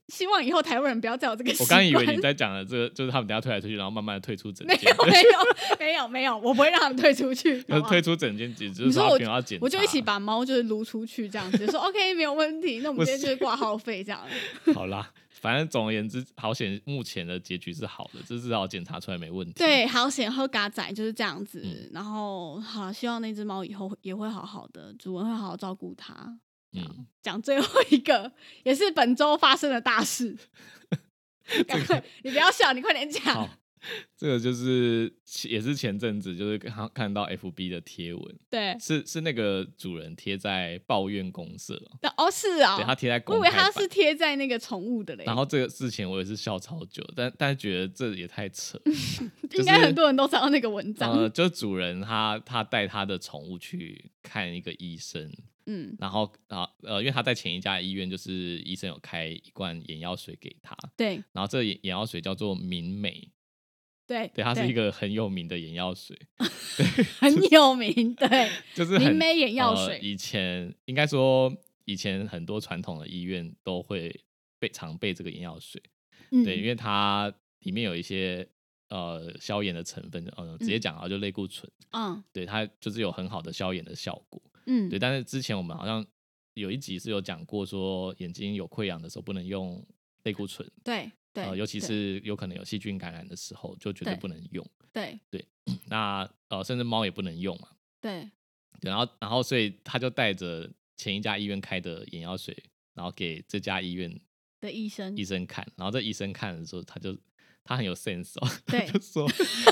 Speaker 1: 希望以后台湾人不要再有这个 [LAUGHS] 习
Speaker 2: 我
Speaker 1: 惯。
Speaker 2: 刚以为你在讲的这个就是他们等下推来推去，然后慢慢的退出整
Speaker 1: 没
Speaker 2: 间
Speaker 1: 有，没有没有没有，我不会让他们退出去。
Speaker 2: 就
Speaker 1: 好
Speaker 2: 是
Speaker 1: 不好
Speaker 2: 退出整间，只
Speaker 1: 你
Speaker 2: 是
Speaker 1: 说
Speaker 2: 他
Speaker 1: 啊我
Speaker 2: 不要检查，
Speaker 1: 我就一起把猫就是撸出去这样子，就说 OK 没有问题，那我们
Speaker 2: 不
Speaker 1: 今天
Speaker 2: 是
Speaker 1: 就是挂号费这样。
Speaker 2: [LAUGHS] 好啦，反正总而言之，好险目前的结局是好的，这至少检查出来没问题。，
Speaker 1: 对，好险喝嘎仔就是这样子。
Speaker 2: 嗯
Speaker 1: 然后好，希望那只猫以后也会好好的，主人会好好照顾它。
Speaker 2: 嗯，
Speaker 1: 讲最后一个，也是本周发生的大
Speaker 2: [LAUGHS]
Speaker 1: 事。赶快，你不要笑，你快点讲
Speaker 2: 好。， [LAUGHS] 这个就是也是前阵子就是看看到 FB 的贴文，
Speaker 1: 对，
Speaker 2: 是是那个主人贴在抱怨公社，
Speaker 1: 那哦是啊、
Speaker 2: 对他贴在
Speaker 1: 我以
Speaker 2: 公
Speaker 1: 为
Speaker 2: 开版
Speaker 1: 它是贴在那个宠物的嘞，
Speaker 2: 然后这个事情我也是笑超久，但但是觉得这也太扯。就
Speaker 1: 应该
Speaker 2: 是
Speaker 1: 很多人都找到那个文章。
Speaker 2: 呃，就是主人他他带他的宠物去看一个医生，
Speaker 1: 嗯，
Speaker 2: 然后啊呃，因为他在前一家医院就是医生有开一罐眼药水给他，
Speaker 1: 对
Speaker 2: 然后这个眼眼药水叫做明美，
Speaker 1: 对
Speaker 2: 对，它是一个很有名的眼药水，
Speaker 1: 很有名，对，
Speaker 2: [LAUGHS] 就是
Speaker 1: 明
Speaker 2: 很
Speaker 1: 美眼药
Speaker 2: 呃
Speaker 1: 水
Speaker 2: 以前应该说以前很多传统的医院都会备常备这个眼药水，
Speaker 1: 嗯，
Speaker 2: 对，因为它里面有一些呃消炎的成分，呃，直接讲啊，就类固醇，
Speaker 1: 嗯
Speaker 2: 对，它就是有很好的消炎的效果。
Speaker 1: 嗯，
Speaker 2: 对，但是之前我们好像有一集是有讲过，说眼睛有溃疡的时候不能用类固醇，
Speaker 1: 对对、
Speaker 2: 呃，尤其
Speaker 1: 对
Speaker 2: 是有可能有细菌感染的时候，就绝对
Speaker 1: 对
Speaker 2: 不能用。
Speaker 1: 对
Speaker 2: 那呃，甚至猫也不能用嘛。
Speaker 1: 对
Speaker 2: 对，然后然后所以他就带着前一家医院开的眼药水，然后给这家医院
Speaker 1: 的医生
Speaker 2: 医生看，然后这医生看的时候，他就他很有 sense 哦，他
Speaker 1: 对
Speaker 2: 就说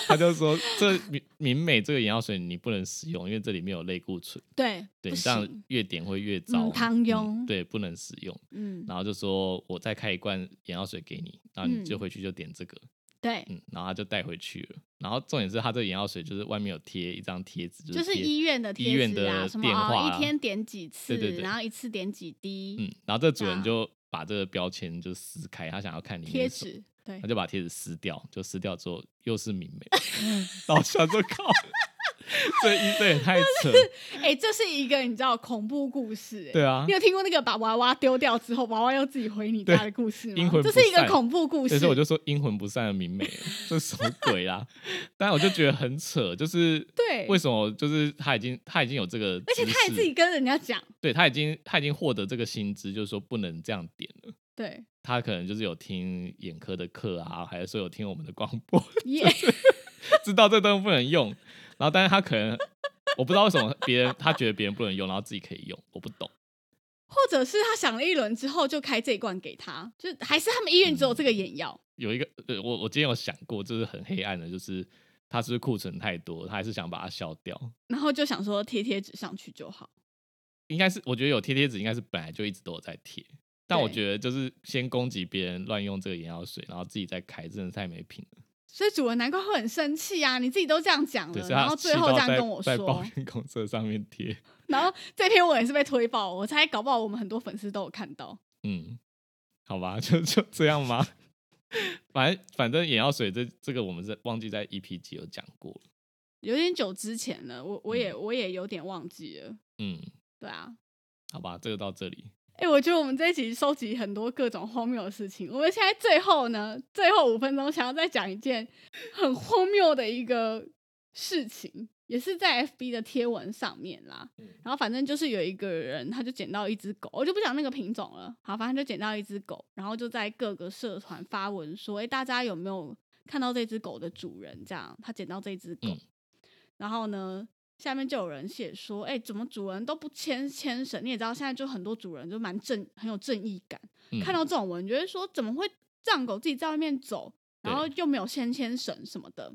Speaker 2: 他就说这明明美这个眼药水你不能使用，因为这里面有类固醇，
Speaker 1: 对
Speaker 2: 对
Speaker 1: 不
Speaker 2: 你这样
Speaker 1: 行
Speaker 2: 越点会越糟，
Speaker 1: 嗯汤庸
Speaker 2: 对不能使用。
Speaker 1: 嗯
Speaker 2: 然后就说我再开一罐眼药水给你，然后你
Speaker 1: 嗯
Speaker 2: 就回去就点这个，
Speaker 1: 对，
Speaker 2: 嗯然后他就带回去了。然后重点是他这个眼药水就是外面有贴一张贴纸，
Speaker 1: 就是是
Speaker 2: 贴
Speaker 1: 医院的
Speaker 2: 医
Speaker 1: 贴
Speaker 2: 院
Speaker 1: 纸啊
Speaker 2: 的
Speaker 1: 什么
Speaker 2: 电话
Speaker 1: 哦一
Speaker 2: 啊
Speaker 1: 天点几次，
Speaker 2: 对对对
Speaker 1: 然后一次点几滴，
Speaker 2: 嗯，然后这主
Speaker 1: 啊
Speaker 2: 人就把这个标签就撕开，他想要看里面
Speaker 1: 贴
Speaker 2: 是什么
Speaker 1: 纸对
Speaker 2: 他，就把贴纸撕掉，就撕掉之后又是明媚，
Speaker 1: 嗯
Speaker 2: 然后我想说靠，这医生也太扯，
Speaker 1: 哎、这是一个你知道恐怖故事、哎
Speaker 2: 对啊
Speaker 1: 你，有听过那个把娃娃丢掉之后，娃娃又自己回你
Speaker 2: 对
Speaker 1: 家的故事
Speaker 2: 阴
Speaker 1: 吗？
Speaker 2: 魂
Speaker 1: 这
Speaker 2: 不
Speaker 1: 是一个
Speaker 2: 散
Speaker 1: 恐怖故
Speaker 2: 所
Speaker 1: 事
Speaker 2: 以，说我就说阴魂不散的明媚，这什么鬼啦？但我就觉得很扯，就是
Speaker 1: 对
Speaker 2: 为什么就是他已经他已经有这个知
Speaker 1: 而
Speaker 2: 识，
Speaker 1: 且他也自己跟人家讲，
Speaker 2: 对他已经他已经获得这个薪资，就是说不能这样点了。 [LAUGHS]
Speaker 1: 对，
Speaker 2: 他可能就是有听眼科的课啊，还是说有听我们的广播， [LAUGHS]
Speaker 1: 也、
Speaker 2: 知道这东西不能用，然后但是他可能我不知道为什么别人他觉得别人不能用，然后自己可以用，我不懂。
Speaker 1: 或者是他想了一轮之后就开这一罐给他，就还是他们医院只有
Speaker 2: 嗯
Speaker 1: 这个眼药，
Speaker 2: 有一个呃，我我今天有想过，就是很黑暗的，就是他是不是库存太多，他还是想把它消掉。
Speaker 1: 然后就想说贴贴纸上去就好。
Speaker 2: 应该是我觉得有贴贴纸，应该是本来就一直都有在贴，但我
Speaker 1: 对
Speaker 2: 觉得就是先攻击别人乱用这个眼药水，然后自己再开，真的太没品了。
Speaker 1: 所以主人难怪会很生气啊！你自己都这样讲
Speaker 2: 对，
Speaker 1: 了，
Speaker 2: 所以
Speaker 1: 然
Speaker 2: 他
Speaker 1: 后
Speaker 2: 气
Speaker 1: 最后
Speaker 2: 到
Speaker 1: 这样
Speaker 2: 在
Speaker 1: 跟我
Speaker 2: 在抱
Speaker 1: 说，
Speaker 2: 怨公社上面贴，
Speaker 1: [LAUGHS] 然后这篇文也是被推爆，我猜搞不好我们很多粉丝都有看到。
Speaker 2: 嗯，好吧，就就这样吗？ [LAUGHS] 反正反正眼药水这这个我们是忘记在 EP 集有讲过了，
Speaker 1: 有点久之前了，我我也、我也有点忘记了。
Speaker 2: 嗯，
Speaker 1: 对啊，
Speaker 2: 好吧，这个到这里，
Speaker 1: 哎、我觉得我们这一集收集很多各种荒谬的事情。我们现在最后呢，最后五分钟想要再讲一件很荒谬的一个事情，也是在 FB 的贴文上面啦。然后反正就是有一个人，他就捡到一只狗，我就不讲那个品种了。好，反正就捡到一只狗，然后就在各个社团发文说：“哎、大家有没有看到这只狗的主人？这样，他捡到这只狗。
Speaker 2: 嗯
Speaker 1: 然后呢，下面就有人写说，哎、怎么主人都不牵牵绳？你也知道，现在就很多主人就蛮正，很有正义感。
Speaker 2: 嗯
Speaker 1: 看到这种文，你就会说，怎么会让狗自己在外面走，然
Speaker 2: 对
Speaker 1: 后又没有牵牵绳什么的？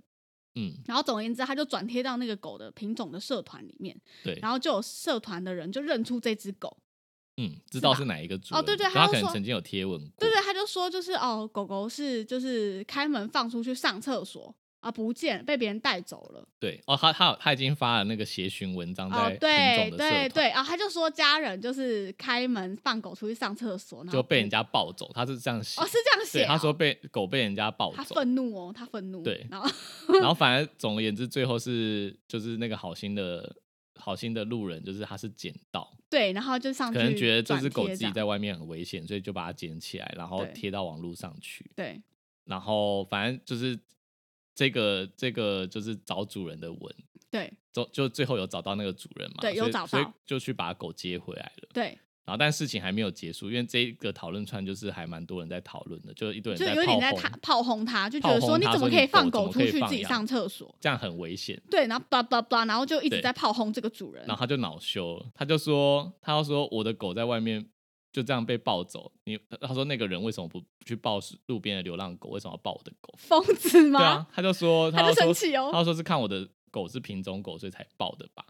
Speaker 2: 嗯，
Speaker 1: 然后总而言之，他就转贴到那个狗的品种的社团里面，
Speaker 2: 对，
Speaker 1: 然后就有社团的人就认出这只狗，
Speaker 2: 嗯，知道是哪一个主
Speaker 1: 哦
Speaker 2: 人，
Speaker 1: 对对
Speaker 2: 他
Speaker 1: 他就
Speaker 2: 可能
Speaker 1: 说
Speaker 2: 曾经有贴文过，
Speaker 1: 对对，他就说就是哦，狗狗是就是开门放出去上厕所啊，不见被别人带走了。
Speaker 2: 对哦，他他有他已经发了那个协寻文章在
Speaker 1: 哦，
Speaker 2: 品
Speaker 1: 对
Speaker 2: 种的
Speaker 1: 对
Speaker 2: 社团，
Speaker 1: 对，啊，他就说家人就是开门放狗出去上厕所，然后
Speaker 2: 就被人
Speaker 1: 家
Speaker 2: 家抱走，他是这样写
Speaker 1: 哦，是这样写、
Speaker 2: 对，
Speaker 1: 哦，
Speaker 2: 他说被狗被人家抱
Speaker 1: 他
Speaker 2: 走，
Speaker 1: 愤怒哦，他愤怒，
Speaker 2: 对
Speaker 1: 然后 [LAUGHS]
Speaker 2: 然后反而总而言之，最后是就是那个好心的好心的路人，就是他是捡到，
Speaker 1: 对，然后就上去
Speaker 2: 可能觉得这
Speaker 1: 转
Speaker 2: 只狗
Speaker 1: 贴这
Speaker 2: 自己
Speaker 1: 样
Speaker 2: 在外面很危险，所以就把它捡起来，然后
Speaker 1: 对
Speaker 2: 贴到网络上去，
Speaker 1: 对
Speaker 2: 然后反正就是这个这个就是找主人的文，
Speaker 1: 对
Speaker 2: 就就最后有找到那个主人嘛，
Speaker 1: 对有
Speaker 2: 所以
Speaker 1: 找
Speaker 2: 所以
Speaker 1: 到
Speaker 2: 就去把狗接回来了。
Speaker 1: 对，
Speaker 2: 然后但事情还没有结束，因为这一个讨论串就是还蛮多人在讨论的，就是一堆人
Speaker 1: 就
Speaker 2: 在
Speaker 1: 有点
Speaker 2: 炮
Speaker 1: 在
Speaker 2: 轰
Speaker 1: 他，炮轰他，就觉
Speaker 2: 炮
Speaker 1: 得
Speaker 2: 轰
Speaker 1: 说你
Speaker 2: 他
Speaker 1: 怎么
Speaker 2: 说
Speaker 1: 可以
Speaker 2: 你
Speaker 1: 放
Speaker 2: 狗
Speaker 1: 狗
Speaker 2: 怎么
Speaker 1: 出
Speaker 2: 可以
Speaker 1: 去
Speaker 2: 放
Speaker 1: 自己
Speaker 2: 养
Speaker 1: 上厕所？
Speaker 2: 这样很危险。
Speaker 1: 对，然后叭叭叭，然后就一直
Speaker 2: 对
Speaker 1: 在炮轰这个主人，
Speaker 2: 然后他就恼羞了，他就说，他要说我的狗在外面就这样被抱走，你他说那个人为什么不去抱路边的流浪狗，为什么要抱我的狗？
Speaker 1: 疯子吗？
Speaker 2: 对啊，他就说，
Speaker 1: 他
Speaker 2: 他
Speaker 1: 就
Speaker 2: 要
Speaker 1: 生
Speaker 2: 说，
Speaker 1: 气哦
Speaker 2: 他就说是看我的狗是品种狗，所以才抱的吧，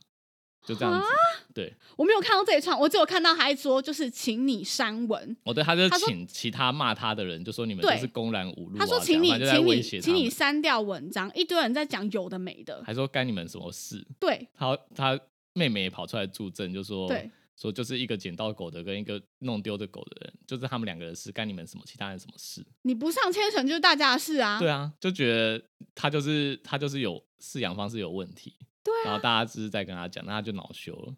Speaker 2: 就这
Speaker 1: 啊
Speaker 2: 样子。对，
Speaker 1: 我没有看到这一串，我只有看到他一说就是请你删文。
Speaker 2: 我对他就
Speaker 1: 他说
Speaker 2: 请其他骂他的人就说你们
Speaker 1: 对
Speaker 2: 就是公然侮辱啊，
Speaker 1: 他说：“
Speaker 2: 这样
Speaker 1: 请你，
Speaker 2: 反正就在
Speaker 1: 请
Speaker 2: 威
Speaker 1: 你，
Speaker 2: 胁
Speaker 1: 请
Speaker 2: 他
Speaker 1: 你
Speaker 2: 们
Speaker 1: 删掉文章，一堆人在讲有的没的。
Speaker 2: 还说干你们什么事？”
Speaker 1: 对
Speaker 2: 他他妹妹也跑出来助阵，就说
Speaker 1: 对
Speaker 2: 说就是一个捡到狗的跟一个弄丢的狗的人，就是他们两个的事，干你们什么其他人什么事？
Speaker 1: 你不上牵绳就是大家的事啊。
Speaker 2: 对啊，就觉得他就是他就是有饲养方式有问题，
Speaker 1: 对啊
Speaker 2: 然后大家只是在跟他讲，那他就恼羞了。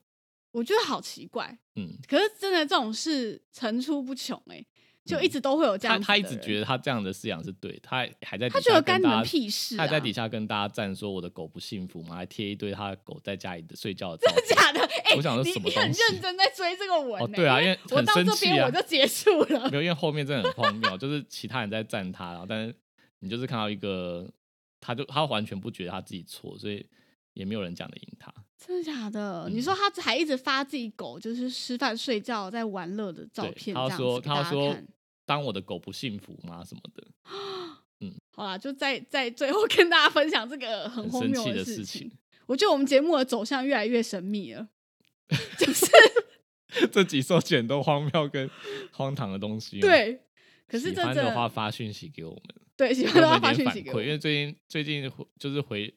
Speaker 1: 我觉得好奇怪。
Speaker 2: 嗯，
Speaker 1: 可是真的这种事层出不穷哎、就一直都会有这
Speaker 2: 他
Speaker 1: 样子
Speaker 2: 嗯他一直
Speaker 1: 得
Speaker 2: 觉得他这样的饲养是对，他还还在底
Speaker 1: 他觉
Speaker 2: 下
Speaker 1: 得
Speaker 2: 跟
Speaker 1: 干你
Speaker 2: 大
Speaker 1: 们
Speaker 2: 家
Speaker 1: 屁事、啊。
Speaker 2: 他还在底下跟大家赞说我的狗不幸福嘛，还贴一堆他的狗在家里的睡觉的照片。
Speaker 1: [LAUGHS] 假的？哎、
Speaker 2: [LAUGHS] 我想说
Speaker 1: 你
Speaker 2: 什么
Speaker 1: 你很
Speaker 2: 东西
Speaker 1: 认真在追这个文、欸
Speaker 2: 哦，对啊，因为
Speaker 1: [LAUGHS] 我
Speaker 2: 很
Speaker 1: 到
Speaker 2: 生
Speaker 1: 这
Speaker 2: 气
Speaker 1: 边
Speaker 2: 啊
Speaker 1: 我，就结束了
Speaker 2: 没。有，因为后面真的很荒谬，就是其他人在赞他，然后但是你就是看到一个，他就他完全不觉得他自己错，所以也没有人讲得赢他。
Speaker 1: [LAUGHS] 真的假的？
Speaker 2: 嗯
Speaker 1: 你说他还一直发自己狗就是吃饭睡觉在玩乐的照
Speaker 2: 对，
Speaker 1: 片，
Speaker 2: 他
Speaker 1: 这样子
Speaker 2: 说
Speaker 1: 给
Speaker 2: 他
Speaker 1: 大
Speaker 2: 要
Speaker 1: 家
Speaker 2: 说
Speaker 1: 看
Speaker 2: 当我的狗不幸福吗什么的，
Speaker 1: 好啦，就在在最后跟大家分享这个很
Speaker 2: 很
Speaker 1: 荒
Speaker 2: 生
Speaker 1: 谬
Speaker 2: 气的
Speaker 1: 事
Speaker 2: 事
Speaker 1: 情
Speaker 2: 情。。
Speaker 1: 我觉得我们节目的走向越来越神秘了，就是
Speaker 2: 这几首选都荒谬跟荒唐的东西。，哦
Speaker 1: 对。可是
Speaker 2: 喜
Speaker 1: 这
Speaker 2: 欢
Speaker 1: 真
Speaker 2: 的话
Speaker 1: 的
Speaker 2: 发讯息给我们，
Speaker 1: [LAUGHS] 对喜欢
Speaker 2: 给
Speaker 1: 的
Speaker 2: 我
Speaker 1: 话
Speaker 2: 们
Speaker 1: 发
Speaker 2: 一
Speaker 1: 讯
Speaker 2: 点反
Speaker 1: 息给
Speaker 2: 馈，因
Speaker 1: 我，
Speaker 2: 为最近最近回就是回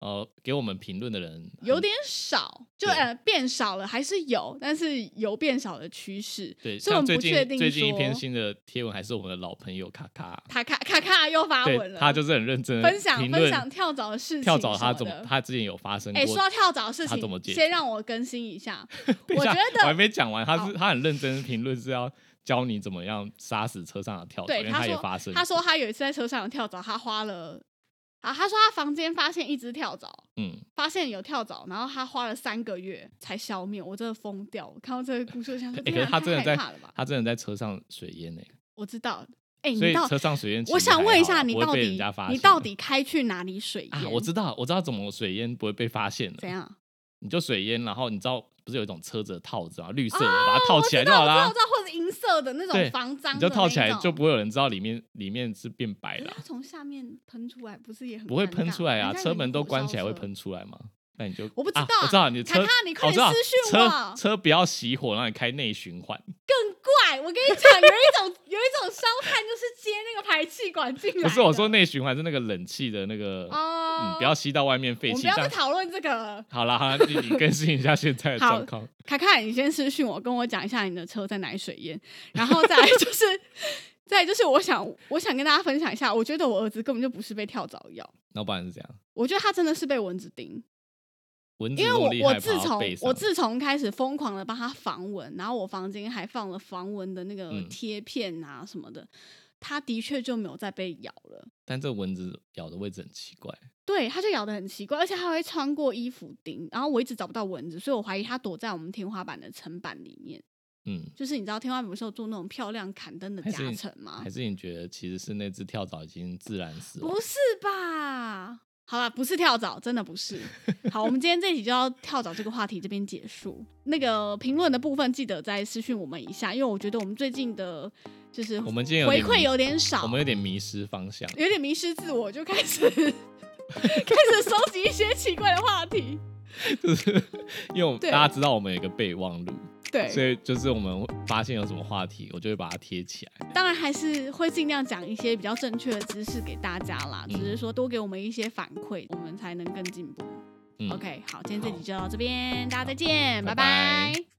Speaker 2: 呃给我们评论的人
Speaker 1: 有
Speaker 2: 很
Speaker 1: 点少，就
Speaker 2: 对
Speaker 1: 呃变少了，还是有，但是有变少的趋势。
Speaker 2: 对，
Speaker 1: 所以我们
Speaker 2: 像最
Speaker 1: 不
Speaker 2: 近
Speaker 1: 确定
Speaker 2: 最近一篇
Speaker 1: 说
Speaker 2: 新的贴文还是我们的老朋友卡卡。
Speaker 1: 他卡卡卡又发文
Speaker 2: 对，
Speaker 1: 了，
Speaker 2: 他就是很认真地
Speaker 1: 分享
Speaker 2: 评
Speaker 1: 分
Speaker 2: 论
Speaker 1: 享跳蚤的事情，
Speaker 2: 跳蚤他怎么，？他之前有发生过。
Speaker 1: 哎，说到跳蚤的事
Speaker 2: 他怎么
Speaker 1: 情，
Speaker 2: 解
Speaker 1: 先
Speaker 2: 决
Speaker 1: 让我更新一下。
Speaker 2: [LAUGHS] 等一
Speaker 1: 我
Speaker 2: 下
Speaker 1: 觉得
Speaker 2: 我还没讲完，他
Speaker 1: 哦
Speaker 2: 是他很认真地评论是要教你怎么样杀死车上的跳蚤，
Speaker 1: 对，
Speaker 2: 因为
Speaker 1: 他
Speaker 2: 也
Speaker 1: 说
Speaker 2: 发生过。
Speaker 1: 他说他有一次在车上有跳蚤，他花了啊，他说他房间发现一只跳蚤，
Speaker 2: 嗯，
Speaker 1: 发现有跳蚤，然后他花了三个月才消灭。我真的疯掉！我看到这个故事，我想说，
Speaker 2: [LAUGHS] 哎、可
Speaker 1: 天
Speaker 2: 是
Speaker 1: 啊
Speaker 2: 他真的
Speaker 1: 太害
Speaker 2: 在
Speaker 1: 怕了吧？
Speaker 2: 他真的在车上水淹呢、
Speaker 1: 我知道，哎、
Speaker 2: 所
Speaker 1: 你
Speaker 2: 以
Speaker 1: 到
Speaker 2: 车上水淹其实
Speaker 1: 我想
Speaker 2: 还
Speaker 1: 问一
Speaker 2: 好
Speaker 1: 下，你
Speaker 2: 不会
Speaker 1: 到
Speaker 2: 被人
Speaker 1: 底
Speaker 2: 家发
Speaker 1: 你
Speaker 2: 现
Speaker 1: 到
Speaker 2: 啊
Speaker 1: 底开去哪里水淹？
Speaker 2: 啊，我知道我知道怎么水淹不会被发现
Speaker 1: 怎
Speaker 2: 了，
Speaker 1: 样？
Speaker 2: 你就水淹，然后你知道不是有一种车子的套子啊，绿色的、把它套起来就
Speaker 1: 哦
Speaker 2: 好
Speaker 1: 我知道，
Speaker 2: 啦
Speaker 1: 我知，道，或者银色的那种
Speaker 2: 对
Speaker 1: 防脏的那
Speaker 2: 你
Speaker 1: 一
Speaker 2: 就
Speaker 1: 种，
Speaker 2: 套起来就不会有人知道里面里面是变白
Speaker 1: 可是
Speaker 2: 了啊、
Speaker 1: 它从下面喷出来，不是也很
Speaker 2: 不会
Speaker 1: 尴
Speaker 2: 喷
Speaker 1: 尬
Speaker 2: 出来
Speaker 1: 人家
Speaker 2: 啊，
Speaker 1: 以为
Speaker 2: 车
Speaker 1: 你
Speaker 2: 门都
Speaker 1: 火
Speaker 2: 关
Speaker 1: 烧
Speaker 2: 起来会
Speaker 1: 车
Speaker 2: 喷出来吗？那你就
Speaker 1: 我不知道
Speaker 2: 啊我知道你的
Speaker 1: 卡
Speaker 2: 车，
Speaker 1: 卡你快
Speaker 2: 我知道
Speaker 1: 点私讯我
Speaker 2: 车车不要熄火，让你开内循环。
Speaker 1: 怪，我跟你讲，有一种有一种烧炭就是接那个排气管进来的。
Speaker 2: 不是我说内循环是那个冷气的那个，
Speaker 1: 哦、
Speaker 2: 嗯，不要，吸到外面废
Speaker 1: 我们
Speaker 2: 气。
Speaker 1: 不要
Speaker 2: 这
Speaker 1: 再
Speaker 2: 样
Speaker 1: 讨论这个。
Speaker 2: 好啦，好啦，你你更新一下现在的
Speaker 1: 好
Speaker 2: 状况。
Speaker 1: 凯凯，你先私讯我，跟我讲一下你的车在哪里水淹，然后再来就是，再来就是，我想我想跟大家分享一下，我觉得我儿子根本就不是被跳蚤咬，
Speaker 2: 那不然是这样，我
Speaker 1: 我觉得他真的是被蚊子叮。
Speaker 2: 蚊子
Speaker 1: 因为
Speaker 2: 这么
Speaker 1: 我
Speaker 2: 厉
Speaker 1: 我
Speaker 2: 害
Speaker 1: 自
Speaker 2: 爬到
Speaker 1: 从
Speaker 2: 背上
Speaker 1: 我自从开始疯狂的帮他防蚊，然后我房间还放了防蚊的那个
Speaker 2: 嗯
Speaker 1: 贴片啊什么的，他的确就没有再被咬了。
Speaker 2: 但这蚊子咬的位置很奇怪，
Speaker 1: 对，它就咬得很奇怪，而且它会穿过衣服叮，然后我一直找不到蚊子，所以我怀疑它躲在我们天花板的层板里面。
Speaker 2: 嗯，
Speaker 1: 就是你知道天花板不是有做那种漂亮砍灯的
Speaker 2: 还是
Speaker 1: 夹
Speaker 2: 你
Speaker 1: 层吗
Speaker 2: 还？是你觉得其实是那只跳蚤已经自然死亡
Speaker 1: 不？是吧？好啦，不是跳蚤，真的不是。好，我们今天这集就要跳蚤这个话题这边结束。那个评论的部分，记得再私讯我们一下，因为我觉得我们最近的，就是
Speaker 2: 我们今天有
Speaker 1: 回
Speaker 2: 点
Speaker 1: 馈
Speaker 2: 迷
Speaker 1: 有点少，
Speaker 2: 我们有点迷失
Speaker 1: [LAUGHS]
Speaker 2: 方向。
Speaker 1: 有点迷失自我，就开始开始收集一些奇怪的话题。
Speaker 2: [LAUGHS] 因为我们
Speaker 1: 对
Speaker 2: 大家知道我们有一个备忘录，所
Speaker 1: 对，
Speaker 2: 以就是我们发现有什么话题，我就会把它贴起来。
Speaker 1: 当然还是会尽量讲一些比较正确的知识给大家啦，
Speaker 2: 嗯
Speaker 1: 只是说多给我们一些反馈，我们才能更进步。
Speaker 2: 嗯
Speaker 1: OK，好，今天这集就到这边，大家再见，拜
Speaker 2: 拜拜
Speaker 1: 拜